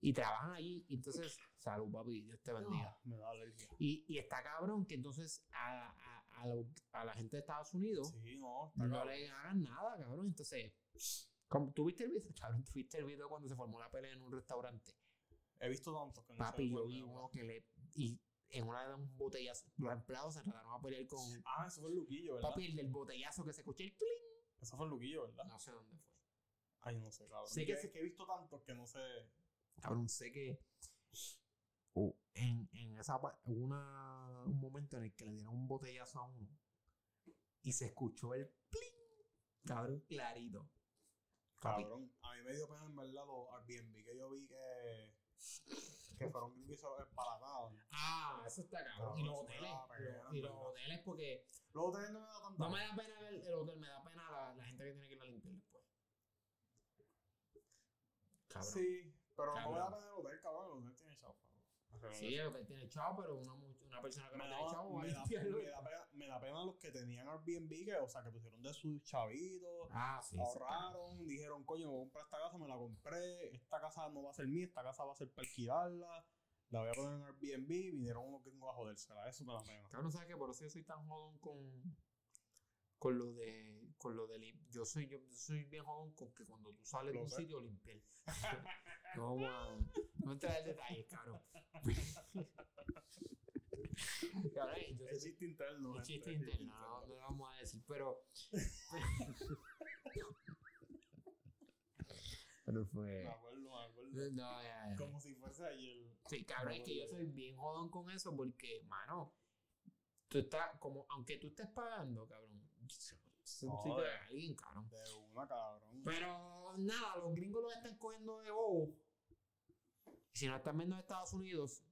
S1: Y trabajan allí. Y entonces, salud, papi, Dios te bendiga.
S2: Ah, Me da alergia.
S1: Y, y está cabrón que entonces a, a- a lo- a la gente de Estados Unidos
S2: Sí, no, está
S1: no
S2: cabrón.
S1: le hagan nada, cabrón. Entonces, como ¿tuviste el video? Cabrón, ¿tuviste el video cuando se formó la pelea en un restaurante?
S2: He visto tantos que no
S1: Papi,
S2: se
S1: yo
S2: acuerdan
S1: vi
S2: de
S1: uno
S2: nada.
S1: que le. Y en una de un botellazo, los empleados se trataron a pelear con.
S2: Ah, eso fue el Luquillo, ¿verdad?
S1: Papi, el del botellazo que se escuchó el pling.
S2: Eso fue el Luquillo, ¿verdad?
S1: No sé dónde fue.
S2: Ay, no sé, cabrón.
S1: Sé
S2: Sé
S1: que
S2: que,
S1: se-
S2: que he visto tantos que no sé.
S1: Cabrón, sé que.
S2: Oh.
S1: uh, en, en esa. pa- hubo Una, un momento en el que le dieron un botellazo a uno. Y se escuchó el pling. Cabrón, clarito. Papi.
S2: Cabrón. A mí me dio pena en verdad los Airbnb que yo vi que. que fueron gringos y se los espalataron.
S1: Ah, eso está cabrón.
S2: Cabrón,
S1: Y los
S2: eso me
S1: hoteles.
S2: da pena,
S1: los- Y los
S2: en verdad.
S1: hoteles, porque.
S2: Los hoteles no me da tanta
S1: No me
S2: pena.
S1: da pena el, el hotel, me da pena la, la gente que tiene que ir a limpiar después. Cabrón.
S2: Sí, pero no me da
S1: Cabrón.
S2: pena el hotel, cabrón. El hotel tiene chavo, cabrón.
S1: Sí, el hotel tiene chavo, pero una, mu- una persona que
S2: Me
S1: no
S2: da,
S1: tiene chavo va a
S2: me, da,
S1: limpiarlo.
S2: me da pena, me da pena los que tenían Airbnb, que, o sea, que pusieron de sus chavitos,
S1: Ah, sí. sí, claro.
S2: ahorraron, dijeron, coño, me voy a comprar esta casa, me la compré, esta casa no va a ser mía, esta casa va a ser para alquilarla, la voy a poner en Airbnb, vinieron unos gringos a jodérsela, eso me da pena.
S1: Cabrón, ¿sabes qué? Por eso yo soy tan jodón con. Con lo de. Con lo de lim- Yo soy, yo soy bien jodón con que cuando tú sales de
S2: Lo
S1: un
S2: sé.
S1: sitio limpiar. no, man. No entras en detalles, cabrón. cabrón, yo soy
S2: Es chiste interno.
S1: un
S2: gente,
S1: chiste
S2: es chiste
S1: interno, no, no lo vamos a decir, pero. pero fue.
S2: Me acuerdo, me acuerdo.
S1: No, ya, ya.
S2: Como si fuese ayer.
S1: Sí, cabrón, es que yo soy bien jodón con eso porque, mano, tú estás, como, aunque tú estés pagando, cabrón, es un sitio de
S2: Joder.
S1: alguien, cabrón.
S2: De una, cabrón.
S1: Pero nada, los gringos los están cogiendo de bobo. Y si no están viendo en Estados Unidos,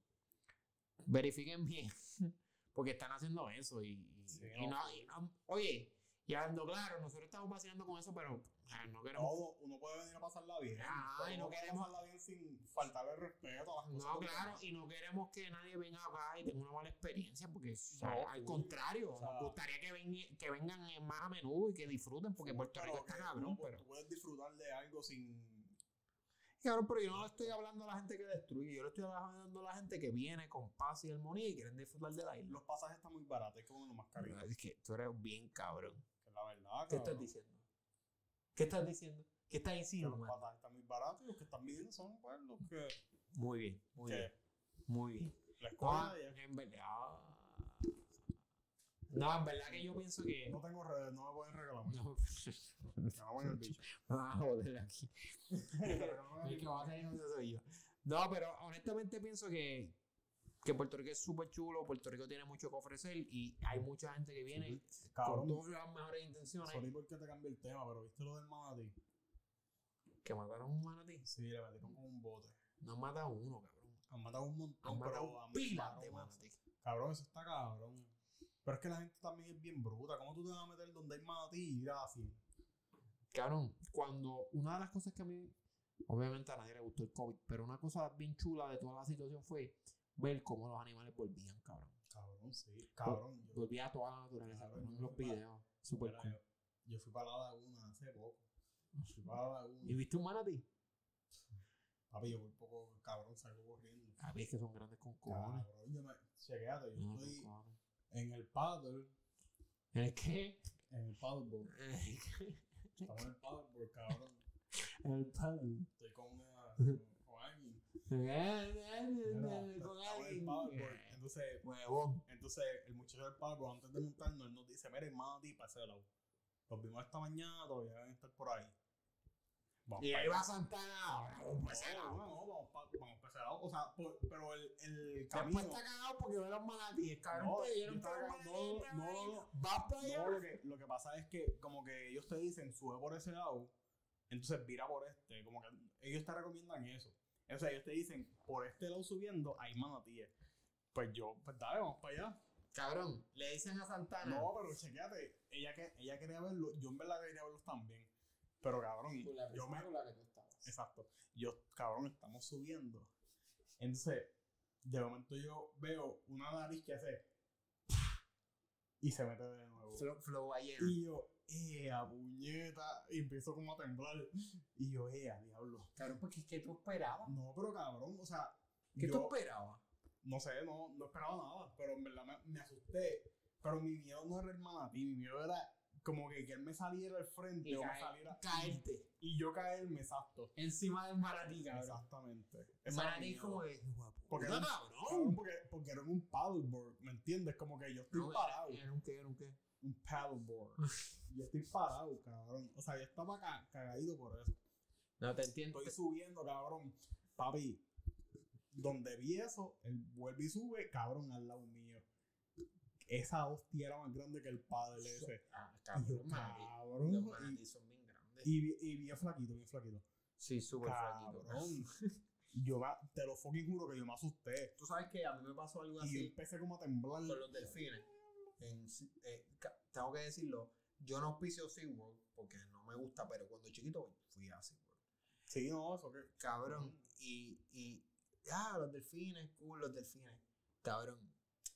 S1: verifiquen bien, porque están haciendo eso. Y, y-
S2: Sí,
S1: y no, y no- oye, y hablando claro, nosotros estamos vacilando con eso, pero Ah, no queremos.
S2: Todo, uno puede venir a pasarla bien.
S1: Ay,
S2: uno
S1: no
S2: puede
S1: queremos-
S2: pasarla bien sin faltarle respeto a las cosas.
S1: No,
S2: que-
S1: claro, y no queremos que nadie venga acá y tenga una mala experiencia, porque o sea,
S2: No,
S1: al
S2: full.
S1: contrario,
S2: O sea,
S1: nos gustaría que, veni- que vengan eh, más a menudo y que disfruten, porque Puerto
S2: Pero
S1: Rico está
S2: que
S1: cabrón,
S2: tú-
S1: pero...
S2: Tú puedes disfrutar de algo sin.
S1: Cabrón, pero yo no le estoy hablando a la gente que destruye, yo le estoy hablando a la gente que viene con paz y armonía y quieren disfrutar de la isla.
S2: Los pasajes están muy baratos, es como lo más caro.
S1: Es que tú eres bien cabrón.
S2: Que es la verdad,
S1: ¿Qué
S2: cabrón.
S1: estás diciendo? ¿Qué estás diciendo? ¿Qué estás
S2: Que los
S1: insinuando?
S2: pasajes están muy baratos y los que están viviendo son pues, los que,
S1: Muy bien, muy
S2: que
S1: bien, muy bien.
S2: la escuela
S1: No,
S2: y-
S1: en verdad... No, en verdad que yo pienso que...
S2: No tengo redes, no me pueden regalar. mucho.
S1: No,
S2: Me cago en el bicho.
S1: me vas a Ah, joder aquí.
S2: Me cago en
S1: El
S2: el
S1: que
S2: bicho.
S1: va a salir no soy yo. No, pero honestamente pienso que, que Puerto Rico es súper chulo, Puerto Rico tiene mucho que ofrecer y hay mucha gente que viene con
S2: Cabrón,
S1: todas las mejores intenciones.
S2: sorry porque te cambié el tema, pero ¿viste lo del manatí?
S1: Que mataron a un manatí.
S2: Sí, le metieron con un bote.
S1: No han matado uno, cabrón.
S2: Han matado un montón,
S1: Han
S2: pero
S1: matado
S2: han
S1: pilas
S2: matado
S1: de
S2: más.
S1: manatí.
S2: Cabrón, eso está cabrón. Pero es que la gente también es bien bruta. ¿Cómo tú te vas a meter donde hay manatí y ir así?
S1: Cabrón, cuando una de las cosas que a mí, obviamente a nadie le gustó el COVID, pero una cosa bien chula de toda la situación fue ver cómo los animales volvían, cabrón.
S2: Cabrón, sí. Cabrón, yo,
S1: Volvía a toda la naturaleza,
S2: Cabrón,
S1: cabrón,
S2: yo
S1: los
S2: fui pa-
S1: videos. Super
S2: mira,
S1: cool.
S2: yo, yo fui para la laguna hace poco. Fui para la
S1: ¿Y
S2: laguna.
S1: viste un manatí?
S2: Papi, yo un poco cabrón, salgo corriendo.
S1: A ver, que son grandes con cojones.
S2: Cabrón, yo me... Chequéate, yo
S1: No, con
S2: estoy
S1: cojones.
S2: en el paddle,
S1: ¿El qué?
S2: en el paddleboard. Estamos en el paddleboard, cabrón.
S1: El pan.
S2: Estoy con una... con- con alguien.
S1: Con
S2: Estaba en el
S1: alguien.
S2: paddleboard. Entonces,
S1: Eh, Huevón.
S2: entonces, el muchacho del paddleboard, antes de montarnos, él nos dice, mira, hermano, ti, para ese lado. Los vimos esta mañana, todavía deben estar por ahí. Vamos
S1: Y
S2: pa'
S1: ahí
S2: allá.
S1: va Santana. Vamos pa' ese
S2: No,
S1: lado.
S2: no, no, vamos pa- vamos para ese lado. O sea, por- pero el, el camino...
S1: Después está cagado porque ve los manatíes, cabrón.
S2: No,
S1: te dieron
S2: yo estaba
S1: por
S2: cagado.
S1: manatí,
S2: No,
S1: cabrón.
S2: no, no.
S1: Vas para allá.
S2: No, lo que, lo que pasa es que como que ellos te dicen, sube por ese lado, entonces vira por este. Como que ellos te recomiendan eso. O sea, ellos te dicen, por este lado subiendo, hay manatíes. Pues yo, pues dale, vamos para allá.
S1: Cabrón, le dicen a Santana.
S2: No, pero chequéate, ella, que, ella quería verlo, yo en verdad quería verlos también. Pero cabrón,
S1: Con la
S2: yo
S1: persona
S2: me...
S1: con la que tú estabas.
S2: Exacto. Yo, cabrón, estamos subiendo. Entonces, de momento yo veo una nariz que hace... Y se mete de nuevo.
S1: Flow, flow ayer.
S2: Y yo, ea, puñeta. Y empiezo como a temblar. Y yo, ea, diablo.
S1: Cabrón, porque ¿qué tú esperabas?
S2: No, pero cabrón, o sea,
S1: ¿Qué
S2: yo
S1: tú esperabas?
S2: no sé, no, no esperaba nada. Pero en verdad me, me asusté. Pero mi miedo no era el manatí, mi miedo era como que, que él me saliera al frente
S1: Y
S2: o me
S1: caer-
S2: saliera.
S1: Caerte
S2: Y yo caerme, exacto.
S1: encima del maratí, cabrón.
S2: Exactamente.
S1: El
S2: Ese era mi
S1: maratí
S2: miedo.
S1: como es, guapo.
S2: Porque
S1: no,
S2: era un-
S1: cabrón.
S2: Cabrón, porque, porque era un paddleboard, ¿me entiendes? Como que yo estoy
S1: No, eh,
S2: parado.
S1: era un qué, era un qué.
S2: un paddleboard. yo estoy parado, cabrón. O sea, yo estaba ca- cagadito por eso.
S1: No, te entiendo.
S2: Estoy subiendo, cabrón. Papi, donde vi eso, él vuelve y sube, cabrón, al lado mío. Esa hostia era más grande que el padre ese.
S1: Ah,
S2: Y yo,
S1: cabrón, manatí. Los
S2: cabrón.
S1: manatí son bien grandes.
S2: Y, y, vi- y bien flaquito, bien flaquito.
S1: sí, súper flaquito.
S2: Cabrón. Yo me- te lo fucking juro que yo me asusté.
S1: Tú sabes que a mí me pasó algo
S2: Y yo
S1: así
S2: empecé como a temblar.
S1: con los delfines. En- eh, ca- tengo que decirlo, yo no auspicio SeaWorld porque no me gusta, pero cuando chiquito fui a SeaWorld.
S2: Sí, no, eso que.
S1: Cabrón. Y, y, ah, los delfines, cool, los delfines. Cabrón.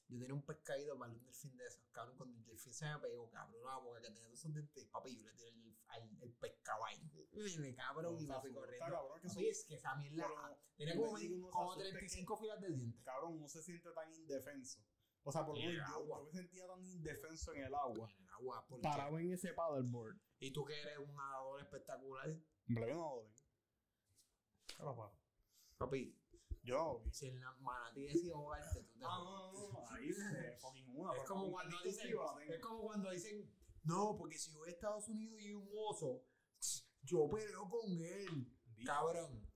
S1: Yo tenía un pescadito para un delfín de esos. Cabrón, cuando el delfín se me pegó, cabrón, la boca que tenía todos esos dientes. Papi, yo le tiré el, al- el pescado ahí. Dime, cabrón, y me fui
S2: Está
S1: corriendo.
S2: Cabrón, que eso-
S1: Papi, es que esa mierda.
S2: pero-
S1: Tenía
S2: yo
S1: como,
S2: me digo, no se
S1: como
S2: asuste,
S1: 35 filas de dientes.
S2: cabrón, uno se siente tan indefenso. O sea, por lo
S1: En el
S2: menos yo,
S1: agua.
S2: yo me sentía tan indefenso en el agua.
S1: En el agua, porque-
S2: Parado en ese paddleboard.
S1: Y tú que eres un nadador espectacular.
S2: Hombre, yo no doy. Claro, pa.
S1: Papi,
S2: Yo no doy.
S1: si el manatí decide jugarte, tú te
S2: Ah,
S1: jodes.
S2: no, no, no. Ahí se fucking una.
S1: Es
S2: pero
S1: como
S2: con
S1: cuando
S2: Cristo
S1: dicen,
S2: sí va a tener.
S1: es como cuando dicen, no, porque si yo voy a Estados Unidos y un oso, yo peleo con él.
S2: Dios,
S1: Cabrón.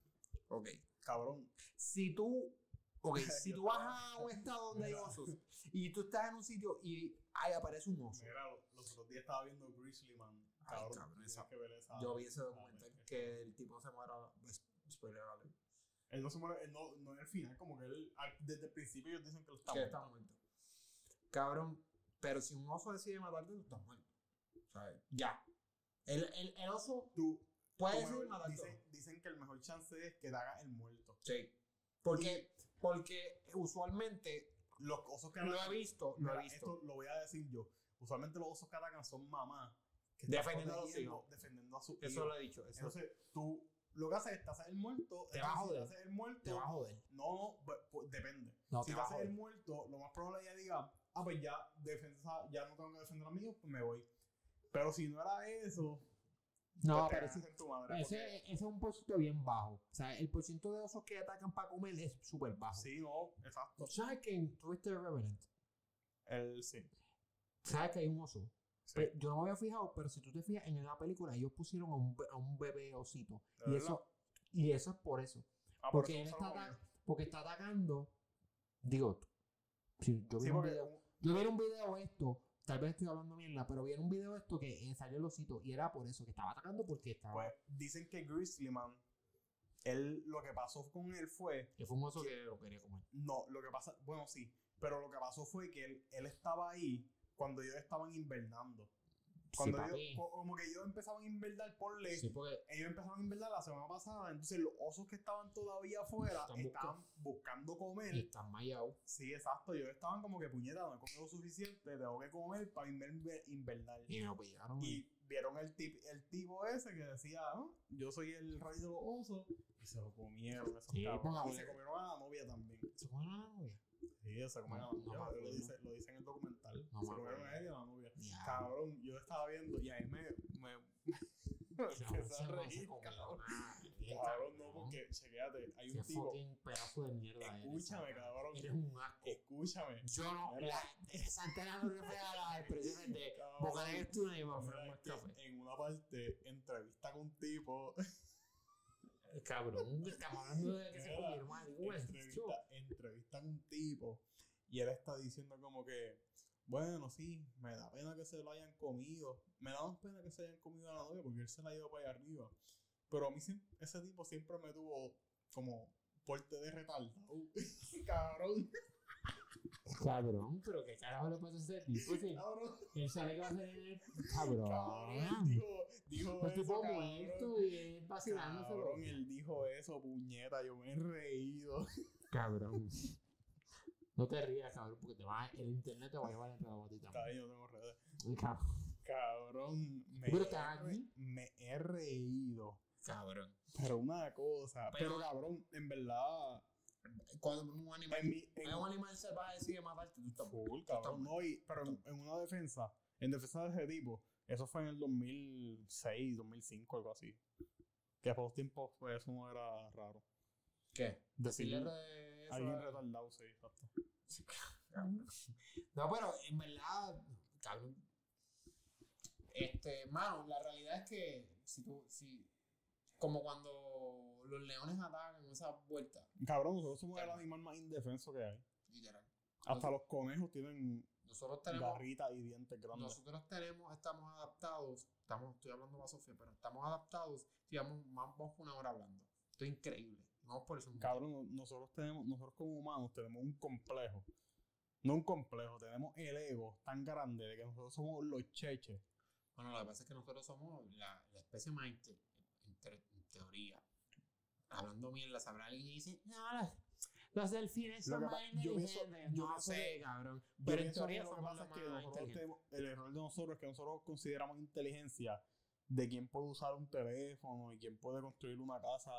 S1: Ok.
S2: Cabrón.
S1: Si tú, ok, si
S2: Yo
S1: tú vas a un estado donde hay
S2: Mira.
S1: osos y tú estás en un sitio y ahí aparece un oso.
S2: Mira, lo- los otros días estaba viendo Grizzly Man.
S1: Ay,
S2: Cabrón,
S1: cabrón,
S2: tienes
S1: esa-
S2: que ver esa-
S1: Yo vi ese
S2: ah,
S1: documental
S2: es
S1: que el tipo se muera. Spoiler alert.
S2: Él no se muere, él no, no en el final, como que él, al- desde el principio ellos dicen que lo está
S1: que
S2: muerto.
S1: está muerto. Cabrón, pero si un oso decide matarte, tú estás muerto. ¿Sabes? Ya. El, el, el oso
S2: Tú,
S1: puede
S2: como
S1: ser
S2: el-
S1: matar
S2: dicen, dicen que el mejor chance es que te hagas el muerto.
S1: Sí. Porque, porque usualmente
S2: Los osos que
S1: lo
S2: atacan-
S1: he visto, lo
S2: Mira,
S1: he visto.
S2: Esto lo voy a decir yo. Usualmente los osos que atacan son mamás. que están
S1: Defendiendo a los
S2: protegiendo,
S1: hijos.
S2: Defendiendo a sus
S1: Eso
S2: hijos.
S1: lo he dicho. Eso
S2: Entonces, tú lo que haces es te haces el muerto.
S1: Te
S2: entonces,
S1: vas a
S2: si
S1: joder.
S2: haces el muerto.
S1: te va a joder.
S2: No, no, pues, pues, depende.
S1: No,
S2: si
S1: te
S2: te
S1: vas a
S2: haces el
S1: joder.
S2: muerto, lo más probable es que ella diga, ah, pues ya, defensa, ya no tengo que defender a mi hijo, pues me voy. Pero si no era eso,
S1: No,
S2: pues, te
S1: pero
S2: cagas
S1: ese,
S2: en tu madre.
S1: ese,
S2: porque-
S1: ese es un porcentaje bien bajo. O sea, el porcentaje de osos que atacan para comer es súper bajo.
S2: Sí, no, exacto.
S1: ¿Tú ¿Sabes que tuviste Revenant?
S2: El, sí.
S1: ¿Sabes que hay un oso?
S2: Sí.
S1: Pero yo no me había fijado, pero si tú te fijas en la película, ellos pusieron a un, be- a un bebé osito.
S2: ¿De
S1: Y
S2: verdad?
S1: eso, y eso es por eso.
S2: Ah, por
S1: Porque,
S2: eso
S1: él
S2: no
S1: está,
S2: se lo
S1: ata- porque está atacando. Digo, si yo
S2: comió.
S1: vi
S2: Sí,
S1: un
S2: porque uh,
S1: video. Yo vi en un video esto, tal vez estoy hablando mierda, pero vi en un video esto que eh, salió el osito y era por eso, que estaba atacando porque estaba.
S2: Pues dicen que Grizzly Man, él lo que pasó con él fue,
S1: que fue un oso que lo quería comer.
S2: no, lo que pasa, bueno, sí, pero lo que pasó fue que él, él estaba ahí cuando ellos estaban invernando.
S1: Sí,
S2: Cuando
S1: papi.
S2: ellos, co- como que ellos empezaban a invernar, ponle,
S1: Sí, porque
S2: ellos empezaron a invernar la semana pasada, entonces los osos que estaban todavía afuera
S1: Están
S2: estaban buscando comer.
S1: y están mayados.
S2: Sí, exacto, ellos estaban como que puñeta, no he comido suficiente, tengo que comer para inver- invernar.
S1: Y me lo pillaron.
S2: Y vieron el, tip, el tipo ese que decía, "Ah, yo soy el rey de los osos. Y se lo comieron esos
S1: Sí, pues,
S2: cabrones.
S1: ponga
S2: Y se
S1: huevo.
S2: comieron a la novia también.
S1: ¿Se fueron a la novia?
S2: Sí, se comieron
S1: No, no
S2: a la novia.
S1: me acuerdo.
S2: lo, dice, lo dice en el documental.
S1: No
S2: se
S1: me
S2: comieron
S1: acuerdo.
S2: a ella y a la novia.
S1: Ya.
S2: Cabrón, yo estaba viendo y ahí me, me, me
S1: Ese
S2: empecé a
S1: oso se
S2: reír,
S1: comió
S2: cabrón.
S1: nada,
S2: Cabrón, no, porque, chequéate, hay
S1: Qué
S2: un tipo,
S1: fucking pedazo de mierda eres,
S2: Escúchame,
S1: Santana.
S2: cabrón. Eh,
S1: Eres un asco.
S2: escúchame.
S1: Yo no.
S2: Mira.
S1: La, Santana no refleja las expresiones de
S2: Cabrón,
S1: Boca de Estudio y
S2: mira,
S1: más más
S2: es que
S1: café.
S2: En una parte, entrevista con un tipo este,
S1: Cabrón, estamos hablando de que se
S2: Mira,
S1: comió el mal. ¿Cómo es esto?
S2: entrevista, entrevistan un tipo y él está diciendo como que, bueno, sí, me da pena que se lo hayan comido. Me da más pena que se hayan comido a la novia porque él se la ha ido para allá arriba. Pero a mí siem- ese tipo siempre me tuvo como porte de retardo. cabrón,
S1: Cabrón, pero qué carajo le pasa a ese tipo. Si
S2: cabrón,
S1: él sabe que va a salir en el. Ah. Cabrón.
S2: Dijo, dijo
S1: Un
S2: eso,
S1: Pues tipo
S2: cabrón.
S1: muerto y él vacilándoselo.
S2: Cabrón, él dijo eso, puñeta, yo me he reído.
S1: Cabrón. No te rías, cabrón, porque te va, el internet te va a llevar entre la botita.
S2: Está bien, yo tengo redes.
S1: Cabrón.
S2: Cabrón, me,
S1: Pero está
S2: he re-
S1: aquí.
S2: me he reído.
S1: Cabrón.
S2: Pero una cosa.
S1: Pero-
S2: Pero, cabrón, en verdad.
S1: Cuando un animal.
S2: En mi, en-
S1: Es un animal salvaje así de matarte, tú estás
S2: Full,
S1: estás
S2: cabrón,
S1: mal.
S2: no, y- pero en, en una defensa. En defensa de ese tipo. Eso fue en el 2006, 2005, algo así. Que por los tiempos, pues eso no era raro.
S1: ¿Qué?
S2: Decirle
S1: Decirle de eso
S2: Alguien
S1: a-
S2: retardado, sí, exacto.
S1: No, pero en verdad, cabrón. Este, mano, la realidad es que si tú, si, como cuando los leones atacan esa vuelta,
S2: Cabrón, nosotros somos el
S1: Claro.
S2: animal más indefenso que hay.
S1: literal.
S2: Hasta los conejos tienen
S1: Nosotros tenemos,
S2: garritas y dientes grandes.
S1: nosotros tenemos, estamos adaptados, estamos, estoy hablando más Sofía, pero estamos adaptados, digamos, vamos por una hora hablando. Esto es increíble. Vamos por eso.
S2: Cabrón, nosotros tenemos, nosotros como humanos tenemos un complejo. No un complejo, tenemos el ego tan grande de que nosotros somos los cheches.
S1: Bueno, lo que pasa es que nosotros somos la, la especie más inte- inte- en teoría. Hablando mierda, sabrá alguien y dice, no, los, los delfines
S2: Lo
S1: son
S2: que
S1: más
S2: pa- yo pienso-
S1: inteligentes.
S2: yo
S1: no
S2: pienso
S1: sé,
S2: que-
S1: cabrón.
S2: Yo
S1: Pero en
S2: pienso
S1: teoría
S2: que lo que
S1: somos
S2: pasa
S1: los
S2: es que
S1: más
S2: nosotros
S1: inteligentes.
S2: tenemos- el error de nosotros es que nosotros consideramos inteligencia de quién puede usar un teléfono y quién puede construir una casa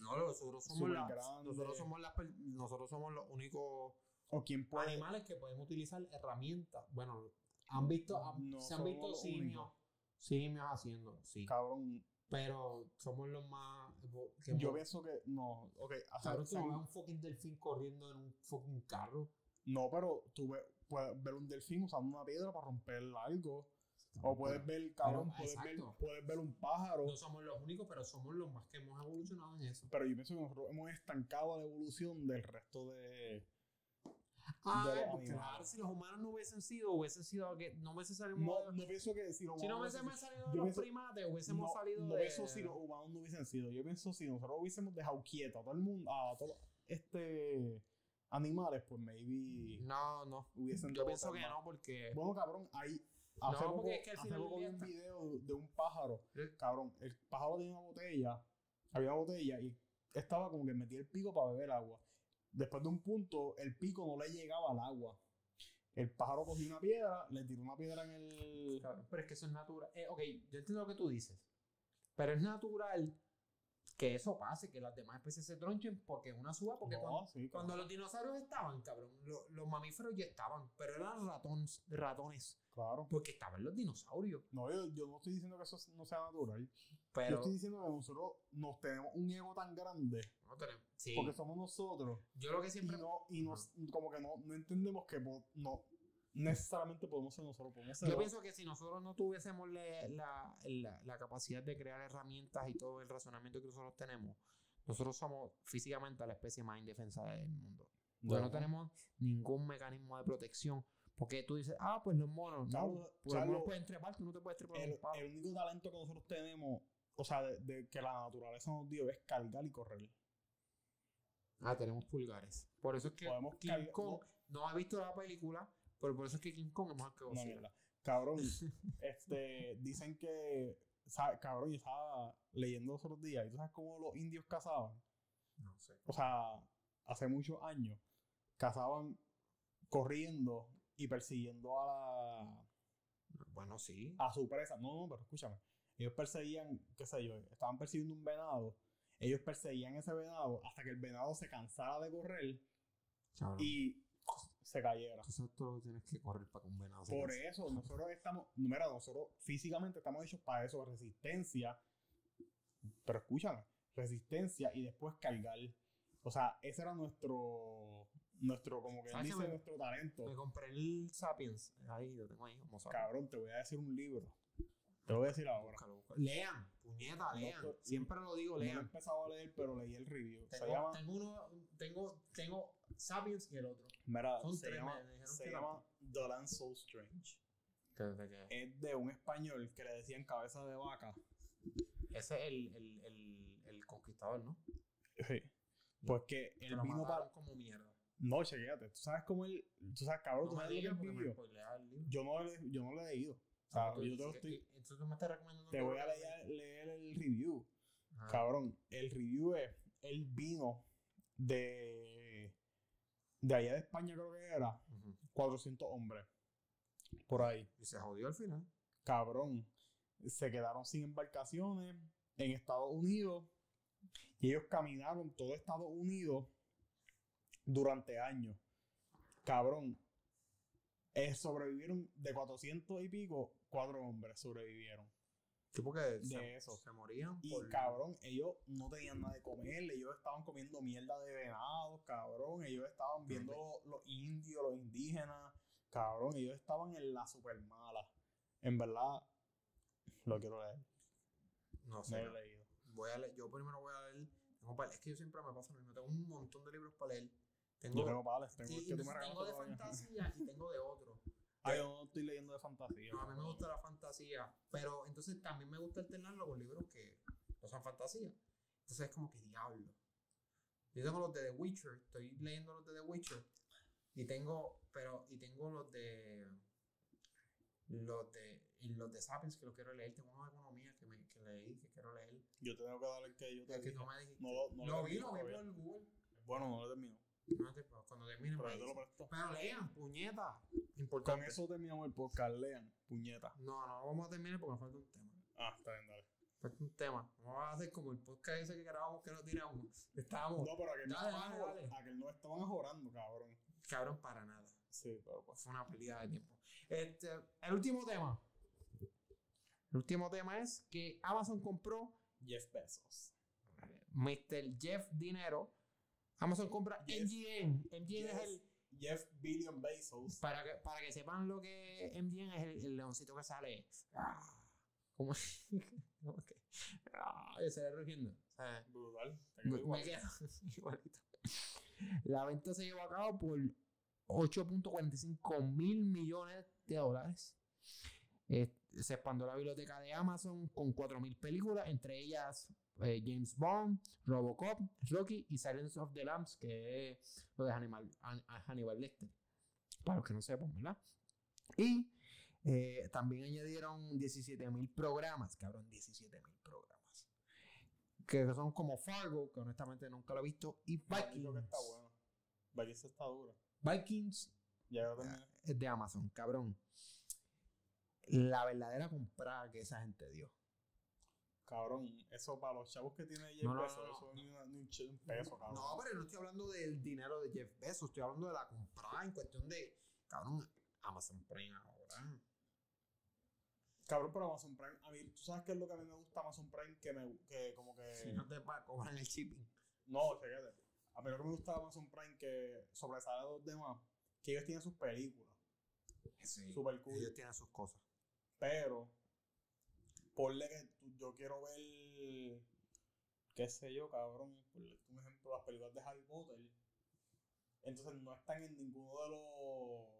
S1: No, nosotros somos,
S2: súper
S1: la,
S2: grande.
S1: nosotros, somos las per- nosotros somos los únicos
S2: o quién puede
S1: animales que podemos utilizar herramientas. Bueno, han visto, han-
S2: No
S1: se han
S2: somos
S1: visto
S2: los
S1: simios,
S2: únicos.
S1: simios haciendo, sí.
S2: cabrón
S1: Pero somos los más... eh, que
S2: yo
S1: hemos-
S2: pienso que no ok hasta-
S1: Cabrón, tú
S2: hasta-
S1: ves un fucking delfín corriendo en un fucking carro.
S2: no pero tú ve- puedes ver un delfín usando una piedra para romper algo o puedes ver cabrón
S1: pero,
S2: puedes ver,
S1: exacto.
S2: puedes ver un pájaro
S1: No somos los únicos, pero somos los más que hemos evolucionado en eso.
S2: pero yo pienso que nosotros hemos estancado la evolución del resto de
S1: Ah,
S2: los
S1: pues
S2: animales.
S1: claro, si los humanos no hubiesen sido, hubiesen sido que no hubiese salido.
S2: no, no pienso que si los
S1: si no
S2: humanos
S1: hubiésemos
S2: hubiesen-
S1: salido de
S2: yo
S1: los
S2: pienso-
S1: primates, hubiésemos
S2: no,
S1: salido
S2: no
S1: de.
S2: pienso si los humanos no hubiesen sido. Yo pienso si nosotros hubiésemos dejado quieto a todo el mundo, a todos este animales, pues maybe
S1: No, no.
S2: hubiesen
S1: Yo
S2: dado
S1: pienso que
S2: calma.
S1: no, porque.
S2: Bueno, cabrón, hay Hace
S1: No,
S2: poco,
S1: porque es que al
S2: hace
S1: final del
S2: poco vi
S1: día
S2: un
S1: está-
S2: video de un pájaro.
S1: ¿Eh?
S2: Cabrón, el pájaro tenía una botella. Había una botella y estaba como que metía el pico para beber agua. Después de un punto, el pico no le llegaba al agua. El pájaro cogió una piedra, le tiró una piedra en el.
S1: Cabrón, Pero es que eso es natural. Eh, ok, yo entiendo lo que tú dices. Pero es natural que eso pase, que las demás especies se tronchen porque es una suba. Porque
S2: No,
S1: cuando,
S2: sí, cabrón.
S1: cuando los dinosaurios estaban, cabrón, lo- los mamíferos ya estaban, pero eran ratons- ratones.
S2: Claro.
S1: Porque estaban los dinosaurios.
S2: No, yo, yo no estoy diciendo que eso no sea natural. yo
S1: Pero.
S2: estoy diciendo que nosotros nos tenemos un ego tan grande
S1: no tenemos- sí.
S2: porque somos nosotros
S1: Yo lo que
S2: y
S1: siempre.
S2: no, y nos, como que no, no entendemos que po- no necesariamente podemos ser nosotros, podemos ser
S1: Yo
S2: otros.
S1: pienso que si nosotros no tuviésemos le- la, la- la capacidad de crear herramientas y todo el razonamiento que nosotros tenemos, nosotros somos físicamente la especie más indefensa del mundo. Porque no tenemos ningún mecanismo de protección. Porque tú dices, ah, pues los monos, no,
S2: Charlo-
S1: pues los monos
S2: Charlo,
S1: pueden trepar, tú no te puedes trepar
S2: el,
S1: un palo.
S2: el único talento que nosotros tenemos, o sea, de, de que la naturaleza nos dio es cargar y correr.
S1: Ah, tenemos pulgares. Por eso es que
S2: Podemos
S1: King
S2: cargar-
S1: Kong, no, ha visto la película, pero por eso es que King Kong es más que
S2: No,
S1: Godzilla.
S2: mierda. Cabrón, este, dicen que, sa- cabrón, yo estaba leyendo los otros días y tú sabes cómo los indios cazaban.
S1: No sé.
S2: o sea, hace muchos años, cazaban corriendo y persiguiendo a, la-
S1: Bueno, sí.
S2: a su presa. No, no, pero escúchame. Ellos perseguían, qué sé yo, estaban persiguiendo un venado. Ellos perseguían ese venado hasta que el venado se cansara de correr
S1: Cabrón,
S2: y se cayera.
S1: Entonces tú lo que tienes que correr para que un venado se
S2: Por
S1: canse.
S2: eso nosotros estamos, no, mira, nosotros físicamente estamos hechos para eso, resistencia, pero escúchame, resistencia y después cargar. O sea, ese era nuestro, nuestro, como que él
S1: ¿Sabes qué
S2: dice,
S1: Ah, me-
S2: nuestro talento.
S1: Me compré el Sapiens. Ahí lo tengo ahí, como sapiens.
S2: Cabrón, te voy a decir un libro. Te lo voy a decir ahora.
S1: Búscalo, búscalo. Lean, puñeta,
S2: No,
S1: lean.
S2: no,
S1: Siempre lo digo,
S2: No lo he
S1: lean.
S2: empezado a leer, pero leí el review. Se
S1: Tengo,
S2: llama,
S1: tengo uno, tengo, tengo Sapiens y el otro.
S2: mira,
S1: son
S2: se
S1: tres,
S2: llama,
S1: me dijeron que
S2: se
S1: era-
S2: llama The Land So Strange. Es de un español que le decían cabeza de vaca.
S1: Ese es el, el, el, el conquistador, ¿no?
S2: Sí. Pues que
S1: Que
S2: él
S1: lo
S2: vino para,
S1: mataron como mierda.
S2: No, chequéate. Tú sabes cómo él. Tú sabes, cabrón,
S1: No
S2: tú
S1: me
S2: sabes lo que
S1: digas
S2: él
S1: porque me
S2: vivió.
S1: spoilea el libro.
S2: Yo no, le- yo no lo he leído. O sea,
S1: Ah, tú-
S2: yo te lo
S1: que-
S2: estoy.
S1: que- Entonces tú me estás recomendando.
S2: Te
S1: un
S2: voy a
S1: libro que-
S2: leer, leer el review.
S1: Ah,
S2: Cabrón, el review es. Él vino de. De allá de España, creo que era.
S1: ujú.
S2: 400 hombres. Por ahí.
S1: Y se jodió al final.
S2: Cabrón. Se quedaron sin embarcaciones en Estados Unidos. Y ellos caminaron todo Estados Unidos durante años. Cabrón. eh, sobrevivieron de 400 y pico, cuatro hombres sobrevivieron.
S1: Sí, porque se,
S2: eso.
S1: se morían.
S2: Y
S1: por-
S2: cabrón, ellos no tenían nada de comer, ellos estaban comiendo mierda de venados, cabrón, ellos estaban viendo los, los indios, los indígenas, cabrón, ellos estaban en la super mala. En verdad, lo quiero leer,
S1: No
S2: no
S1: sé.
S2: lo he leído.
S1: Voy a leer, yo primero voy a leer. Tengo par- es que yo siempre me pasa lo mismo. Tengo un montón de libros para leer. Tengo,
S2: Yo tengo pales, tengo
S1: sí,
S2: el que tú me
S1: entonces tengo
S2: regalaste
S1: de
S2: todavía.
S1: fantasía y tengo de otro.
S2: Ah, yo no estoy leyendo de fantasía.
S1: No, a mí me gusta la fantasía, pero entonces también me gusta alternarlo con libros que no son fantasía. Entonces es como que diablo. Yo tengo los de The Witcher, estoy leyendo los de The Witcher y tengo, pero y tengo los de los de y los de Sapiens que los quiero leer. Tengo uno de economía que me que leí que quiero leer.
S2: Yo te tengo que dar el que yo te
S1: El que
S2: dije.
S1: tú me dijiste.
S2: No lo- no
S1: lo
S2: lo
S1: vi, lo vi
S2: terminé
S1: por Google.
S2: Bueno, no lo termino.
S1: No te- cuando termine.
S2: Pero
S1: me
S2: yo te lo
S1: dices.
S2: presto.
S1: Pero lean, puñeta.
S2: Con
S1: Importante.
S2: eso terminamos el podcast. Lean, puñeta.
S1: No, no vamos a terminar porque me falta un tema.
S2: Ah, está bien, dale.
S1: Falta un tema. Vamos a hacer como el podcast ese que grabamos que no tiramos. Estábamos,
S2: No, pero aquel no
S1: Dale,
S2: estaban
S1: dale, dale.
S2: jor- aquel no estaban jorando, cabrón.
S1: cabrón, para nada.
S2: Sí, pero pues.
S1: Fue una pérdida de tiempo. Este, el último tema. El último tema es que Amazon compró
S2: Jeff Bezos.
S1: Mr. Jeff Dinero. Amazon compra
S2: Jeff.
S1: MGM. MGM es
S2: Jeff,
S1: el.
S2: Jeff Billion Bezos.
S1: Para que, para que sepan lo que es MGM es el, el leoncito que sale. Ah, como, como que. Ah, y sale rugiendo. O sea,
S2: Brutal. Te quedó
S1: Me,
S2: igual.
S1: me quedo igualito. La venta se llevó a cabo por 8.45 mil millones de dólares. Eh, se expandió la biblioteca de Amazon con 4.000 películas, entre ellas eh, James Bond, Robocop, Rocky y Silence of the Lambs, que es lo de Hannibal, Han- Hannibal Lecter, para los que no sepan, ¿verdad? Y Eh, también añadieron 17.000 programas, cabrón, 17.000 programas. Que son como Fargo, que honestamente nunca lo he visto, y
S2: Vikings. que
S1: Vikings.
S2: está bueno. Vikings está dura.
S1: Vikings
S2: Ya yo también.
S1: es de Amazon, cabrón. La verdadera comprada que esa gente dio.
S2: Cabrón, eso para los chavos que tiene Jeff
S1: No, no,
S2: Bezos,
S1: no, no.
S2: eso ni, una- ni un, ch- un peso, cabrón.
S1: No, pero no estoy hablando del dinero de Jeff Bezos, estoy hablando de la comprada en cuestión de, cabrón, Amazon Prime ahora.
S2: Cabrón, pero Amazon Prime, a mí, tú sabes qué es lo que a mí me gusta Amazon Prime, que me, que como que...
S1: Si no te pa- cobran el shipping.
S2: No, fíjate. A mí lo que me gusta de Amazon Prime, que sobresale a los demás, que ellos tienen sus películas,
S1: Sí.
S2: super cool,
S1: Ellos tienen sus cosas.
S2: pero ponle que tú- yo quiero ver, qué sé yo, cabrón, por un ejemplo, las películas de Harry Potter, entonces no están en ninguno de los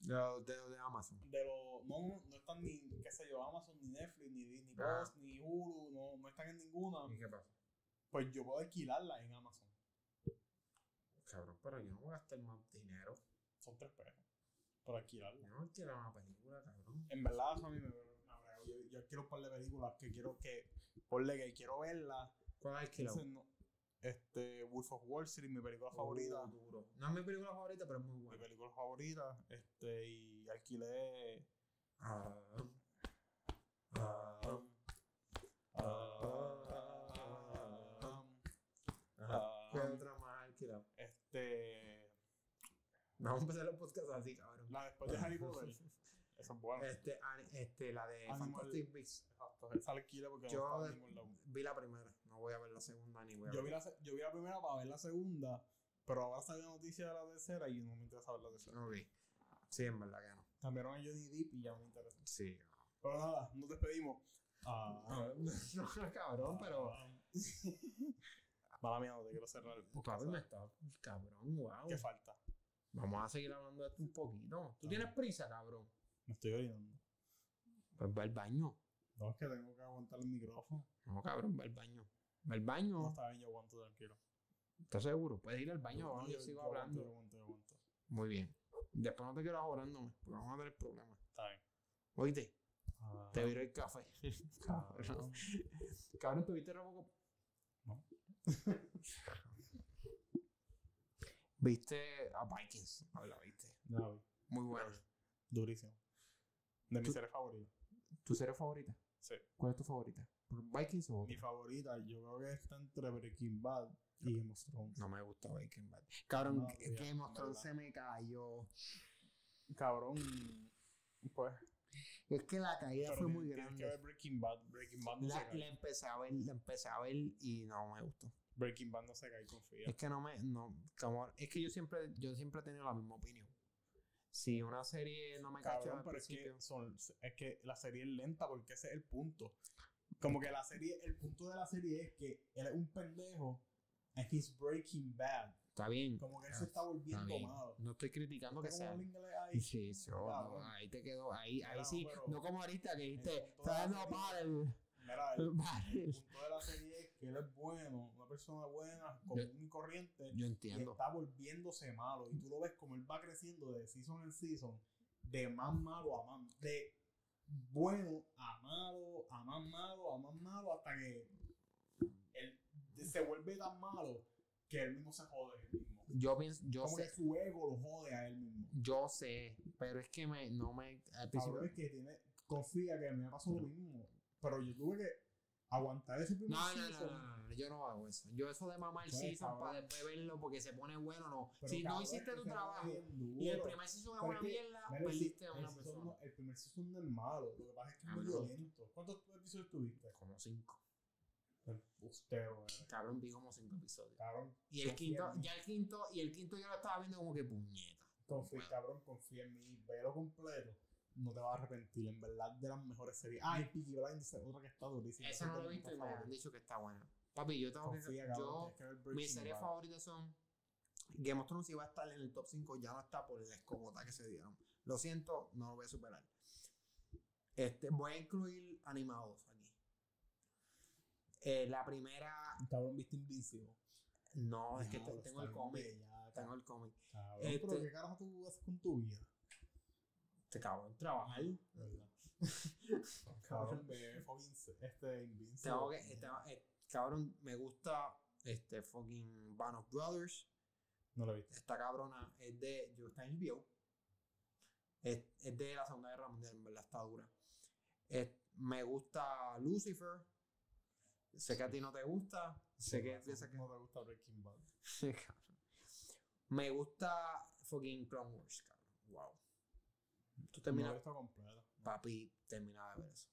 S1: De, de, de Amazon.
S2: de los no no están ni qué sé yo Amazon ni Netflix ni Disney
S1: Ah.
S2: Plus ni Hulu no, no están en ninguna
S1: qué pasa?
S2: pues yo puedo alquilarla en Amazon
S1: Cabrón, pero yo no voy a gastar más dinero.
S2: son tres pesos por alquilarla
S1: Yo no quiero una película, cabrón.
S2: en verdad eso a mí me, me brega. yo, yo quiero un par de películas que quiero que ponle que quiero verla
S1: ¿Cuál es
S2: entonces no este Wolf of Wall Street mi
S1: Oh.
S2: película favorita
S1: duro. No es mi película favorita, pero es muy
S2: mi
S1: buena.
S2: película favorita este y alquilé
S1: Ah. Ah.
S2: ah,
S1: Ajá. ¿Qué
S2: ah,
S1: otra más alquilada?
S2: este
S1: Vamos a empezar los podcasts así, cabrón.
S2: La después pues, de Harry Potter. Eso es bueno.
S1: Este, an- este, la de
S2: Animal-
S1: Fantastic Beasts.
S2: Exacto. Esa alquila porque
S1: Yo-
S2: no está en ningún lado.
S1: Vi la primera, no voy a ver la segunda ni voy a
S2: Yo vi,
S1: ver.
S2: la, se- yo vi la primera para ver la segunda, pero ahora salió la noticia de la tercera y no me interesa ver la tercera.
S1: Ok. Sí, en verdad que no.
S2: Cambiaron a Johnny Depp y ya no me interesa.
S1: Sí.
S2: Pero nada, nos despedimos. Ah,
S1: No, cabrón, pero.
S2: Mala mía, no te quiero cerrar el podcast.
S1: Papi, me está. Cabrón, wow.
S2: ¿Qué falta?
S1: Vamos a seguir hablando de esto un poquito. ¿Tú
S2: Ah.
S1: tienes prisa, cabrón?
S2: Me estoy orinando.
S1: Pues va al baño.
S2: No, es que tengo que aguantar el micrófono.
S1: No, cabrón, va al baño. Va al
S2: No,
S1: baño.
S2: está bien, yo aguanto tranquilo.
S1: ¿Estás seguro? Puedes ir al baño,
S2: No,
S1: vamos, yo sigo
S2: aguanto,
S1: hablando.
S2: Yo aguanto, yo aguanto.
S1: Muy bien. Después no te quedas orándome, porque vamos a tener problemas.
S2: Está bien.
S1: Oíste,
S2: Ah,
S1: te viró el café.
S2: cabrón.
S1: Cabrón, ¿tuviste Robocop?
S2: No.
S1: ¿Viste a Vikings? No la viste.
S2: No,
S1: Muy buena.
S2: Durísimo. De mis
S1: Tú-
S2: series favoritas.
S1: ¿Tu serie favorita?
S2: Sí.
S1: ¿Cuál es tu favorita? ¿Vikings o
S2: Mi favorita, yo creo que está entre Breaking Bad y Game of Thrones.
S1: No me gusta Breaking Bad. Cabrón,
S2: No,
S1: que
S2: ya,
S1: Game of Thrones
S2: verdad.
S1: se me cayó.
S2: Cabrón, pues.
S1: Es que la caída
S2: pero
S1: fue
S2: tienes-
S1: muy
S2: tienes que
S1: grande.
S2: ver Breaking Bad. Breaking Bad no se
S1: La,
S2: cae.
S1: la empecé a ver, la empecé a ver y no me gustó.
S2: Breaking Bad no se cae, confía.
S1: Es que no me, no, como- es que yo siempre, yo siempre he tenido la misma opinión. Si una serie no me cachó
S2: Cabrón,
S1: al
S2: pero es que,
S1: principio,
S2: son, es que la serie es lenta porque ese es el punto. Como que la serie, el punto de la serie es que él es un pendejo and he's breaking bad.
S1: está bien.
S2: Como que él
S1: Ah,
S2: se está
S1: está
S2: volviendo
S1: bien.
S2: malo.
S1: No estoy criticando que
S2: ¿Viste cómo
S1: sea.
S2: habla inglés ahí?
S1: Sí, sí, sí, oh, no,
S2: Cabrón.
S1: ahí te quedó, ahí, ahí
S2: Claro,
S1: sí,
S2: pero-
S1: no como ahorita que dijiste,
S2: Entonces,
S1: está dando
S2: toda la
S1: párel,
S2: Mira, el- el
S1: párel".
S2: punto de la serie es que él es bueno, una persona buena, común y corriente,
S1: Yo
S2: y
S1: entiendo.
S2: está volviéndose malo. Y tú lo ves como él va creciendo de season en season, de más malo a más, de bueno a malo, a más malo, a más malo, hasta que él se vuelve tan malo que él mismo se jode él mismo.
S1: Yo pienso, yo
S2: Como que
S1: sé,
S2: su ego lo jode a él mismo.
S1: yo sé, pero es que me, no me, al principio,
S2: Cabrón, es que tiene, confía que me pasó lo mismo, pero yo tuve que aguantar ese primer
S1: No, no, no,
S2: season.
S1: no, no, no, yo no hago eso. Yo eso de mamar el
S2: Pues,
S1: season
S2: cabrón.
S1: para después verlo porque se pone bueno, no.
S2: Pero
S1: si no
S2: cabrón,
S1: hiciste
S2: es
S1: tu
S2: que se
S1: trabajo
S2: pone bien
S1: y el
S2: duro.
S1: primer season es
S2: Pero
S1: una
S2: es que,
S1: mierda,
S2: Mira, el si-
S1: perdiste a
S2: el
S1: una
S2: season
S1: persona.
S2: no- el primer season no es malo, lo que pasa es que es
S1: Ah,
S2: muy
S1: no.
S2: violento. ¿Cuántos episodios tuviste?
S1: Como cinco.
S2: Usted, güey.
S1: Cabrón, vi como cinco episodios.
S2: Cabrón,
S1: Y el
S2: Confía
S1: quinto,
S2: en mí.
S1: ya el quinto, y el quinto yo lo estaba viendo como que puñeta.
S2: confía,
S1: Bueno.
S2: cabrón, confía en mí, velo completo. No te vas a arrepentir, en verdad, de las mejores series. Ah, y Peaky Blinders es otra que está durísima.
S1: Esa no
S2: es
S1: lo he
S2: de
S1: visto
S2: mis
S1: y me han
S2: favoritas.
S1: dicho que está buena. Papi, yo tengo
S2: Confía,
S1: que.
S2: cabrón,
S1: Yo,
S2: tienes que ver
S1: mis
S2: Breaking
S1: series
S2: Bad.
S1: favoritas son. Game of Thrones iba a estar en el top 5, ya no está por la escogota que se dieron. Lo siento, no lo voy a superar. Este, voy a incluir animados aquí. Eh, la primera,
S2: Cabrón, viste Invincible.
S1: no, es que
S2: Diablo,
S1: te- tengo
S2: está
S1: Este el
S2: bien
S1: cómic.
S2: bella,
S1: Tengo el cómic.
S2: Cabrón, pero
S1: Este-
S2: ¿qué carajo tú haces con tu vida?
S1: Este cabrón trabajar.
S2: Cabrón, de fucking este Invincible.
S1: Tengo que, este, eh, cabrón, me gusta este fucking Band of Brothers.
S2: No lo viste.
S1: Esta cabrona es de. Yo está en HBO. Es, es de la Segunda Guerra Mundial, en verdad, está dura. Es- me gusta Lucifer. Sé que a ti no te gusta. Sé que piensas que.
S2: no te gusta Breaking Bad.
S1: Cabrón. me gusta fucking Clone Wars, cabrón. Wow. Tú
S2: No
S1: terminas
S2: lo he visto completo.
S1: papi, terminaba de ver eso.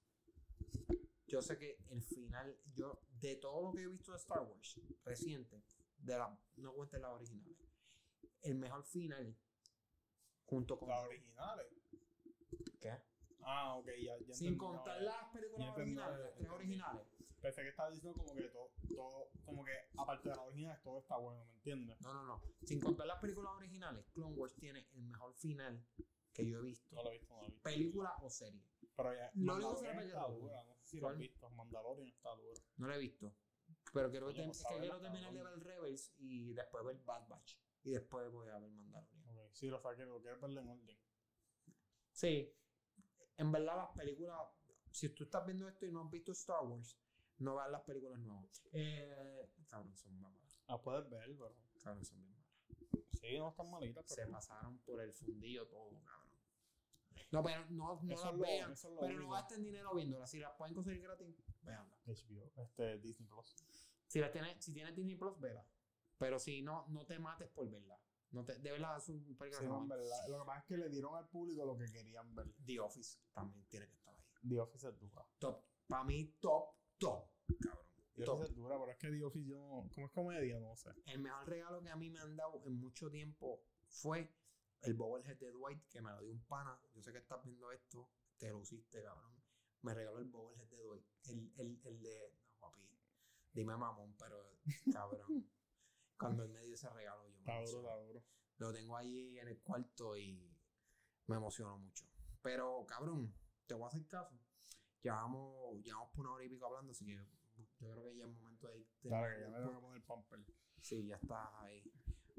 S1: Yo sé que el final, yo, de todo lo que he visto de Star Wars reciente, de la, no cuentes las originales, el mejor final, junto con.
S2: Las originales.
S1: ¿Qué?
S2: Ah, ok, ya, ya
S1: Sin
S2: entendí,
S1: contar
S2: ahora.
S1: las
S2: Ya
S1: películas
S2: entendí,
S1: originales,
S2: ya
S1: las tres
S2: entendí.
S1: originales.
S2: Pensé que estabas diciendo como que todo, todo, como que aparte de las originales, todo está bueno, ¿me entiendes?
S1: No, no, no. Sin contar las películas originales, Clone Wars tiene el mejor final que yo he visto.
S2: No lo he visto, no lo he visto.
S1: Película o serie.
S2: Pero ya,
S1: Lo único que se
S2: Mandalorian
S1: le
S2: está
S1: perdió.
S2: dura, no sé si lo has
S1: ¿Cuál?
S2: visto, Mandalorian está dura.
S1: No la he visto. Pero quiero,
S2: Coño,
S1: tem-
S2: pues,
S1: es que
S2: a
S1: quiero
S2: verla,
S1: terminar de ver
S2: cabrón.
S1: Rebels y después ver Bad Batch. Y después voy a ver Mandalorian.
S2: Ok, sí, lo saqué, pero quiero verlo en orden.
S1: Sí, en verdad las películas, si tú estás viendo esto y no has visto Star Wars, no veas las películas nuevas. Eh, cabrón, son bien malas.
S2: Ah, puedes ver, pero...
S1: Cabrón, son bien malas.
S2: Sí, no están malitas, pero...
S1: Se pasaron por el fundillo todo, cabrón. No, pero no, no
S2: Eso es
S1: las
S2: lo-
S1: vean.
S2: eso es lo
S1: pero no
S2: único.
S1: gasten dinero viéndolas. Si las pueden conseguir gratis, véanlas.
S2: HBO, este, Disney Plus.
S1: Si, las tienes, si tienes Disney Plus, vela. Pero si no, no te mates por verla. No te, de verdad, es un película
S2: Sí,
S1: que no
S2: no, en
S1: mames.
S2: verdad, Lo que pasa es que le dieron al público lo que querían ver.
S1: The Office también tiene que estar ahí.
S2: The Office es dura.
S1: Top. Para mí, top, top, cabrón.
S2: The
S1: Top.
S2: Office es dura, pero es que The Office yo no... Como es comedia, no sé.
S1: el mejor regalo que a mí me han dado en mucho tiempo fue el bobblehead de Dwight, que me lo dio un pana. Yo sé que estás viendo esto, te lo hiciste, cabrón. Me regaló el bobblehead de Dwight. El, el, el de. No, papi. Dime mamón, pero cabrón. Cuando él me dio ese regalo, yo me
S2: Está duro,
S1: emocioné.
S2: está duro.
S1: Lo tengo ahí en el cuarto y me emociono mucho. Pero, cabrón, te voy a hacer caso. Llevamos, llevamos por una hora y pico hablando, así que yo creo que ya es momento de ir
S2: Dale, que ya
S1: terminando
S2: me
S1: el
S2: tengo que poner pamper.
S1: Sí, ya está ahí.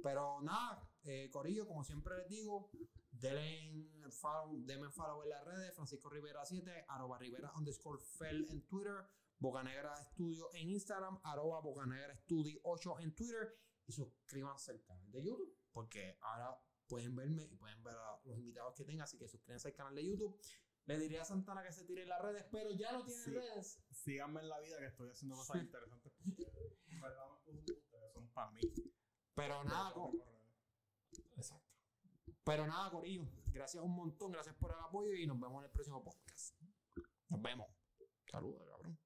S1: Pero nada, eh, Corillo, como siempre les digo, denle follow, denme follow en las redes, Francisco Rivera 7, arroba Rivera underscore Fel en Twitter, Bocanegra Studio en Instagram, arroba Bocanegra Studio 8 en Twitter y suscríbanse al canal de YouTube, porque ahora pueden verme y pueden ver a los invitados que tenga, así que suscríbanse al canal de YouTube. Le diré a Santana que se tire en las redes, pero ya no tiene
S2: Sí.
S1: redes.
S2: Síganme en la vida que estoy haciendo cosas interesantes porque en verdad, ustedes son para mí.
S1: Pero nada, co- Exacto. Pero nada, Corillo, gracias un montón, gracias por el apoyo y nos vemos en el próximo podcast. Nos vemos. Saludos, cabrón.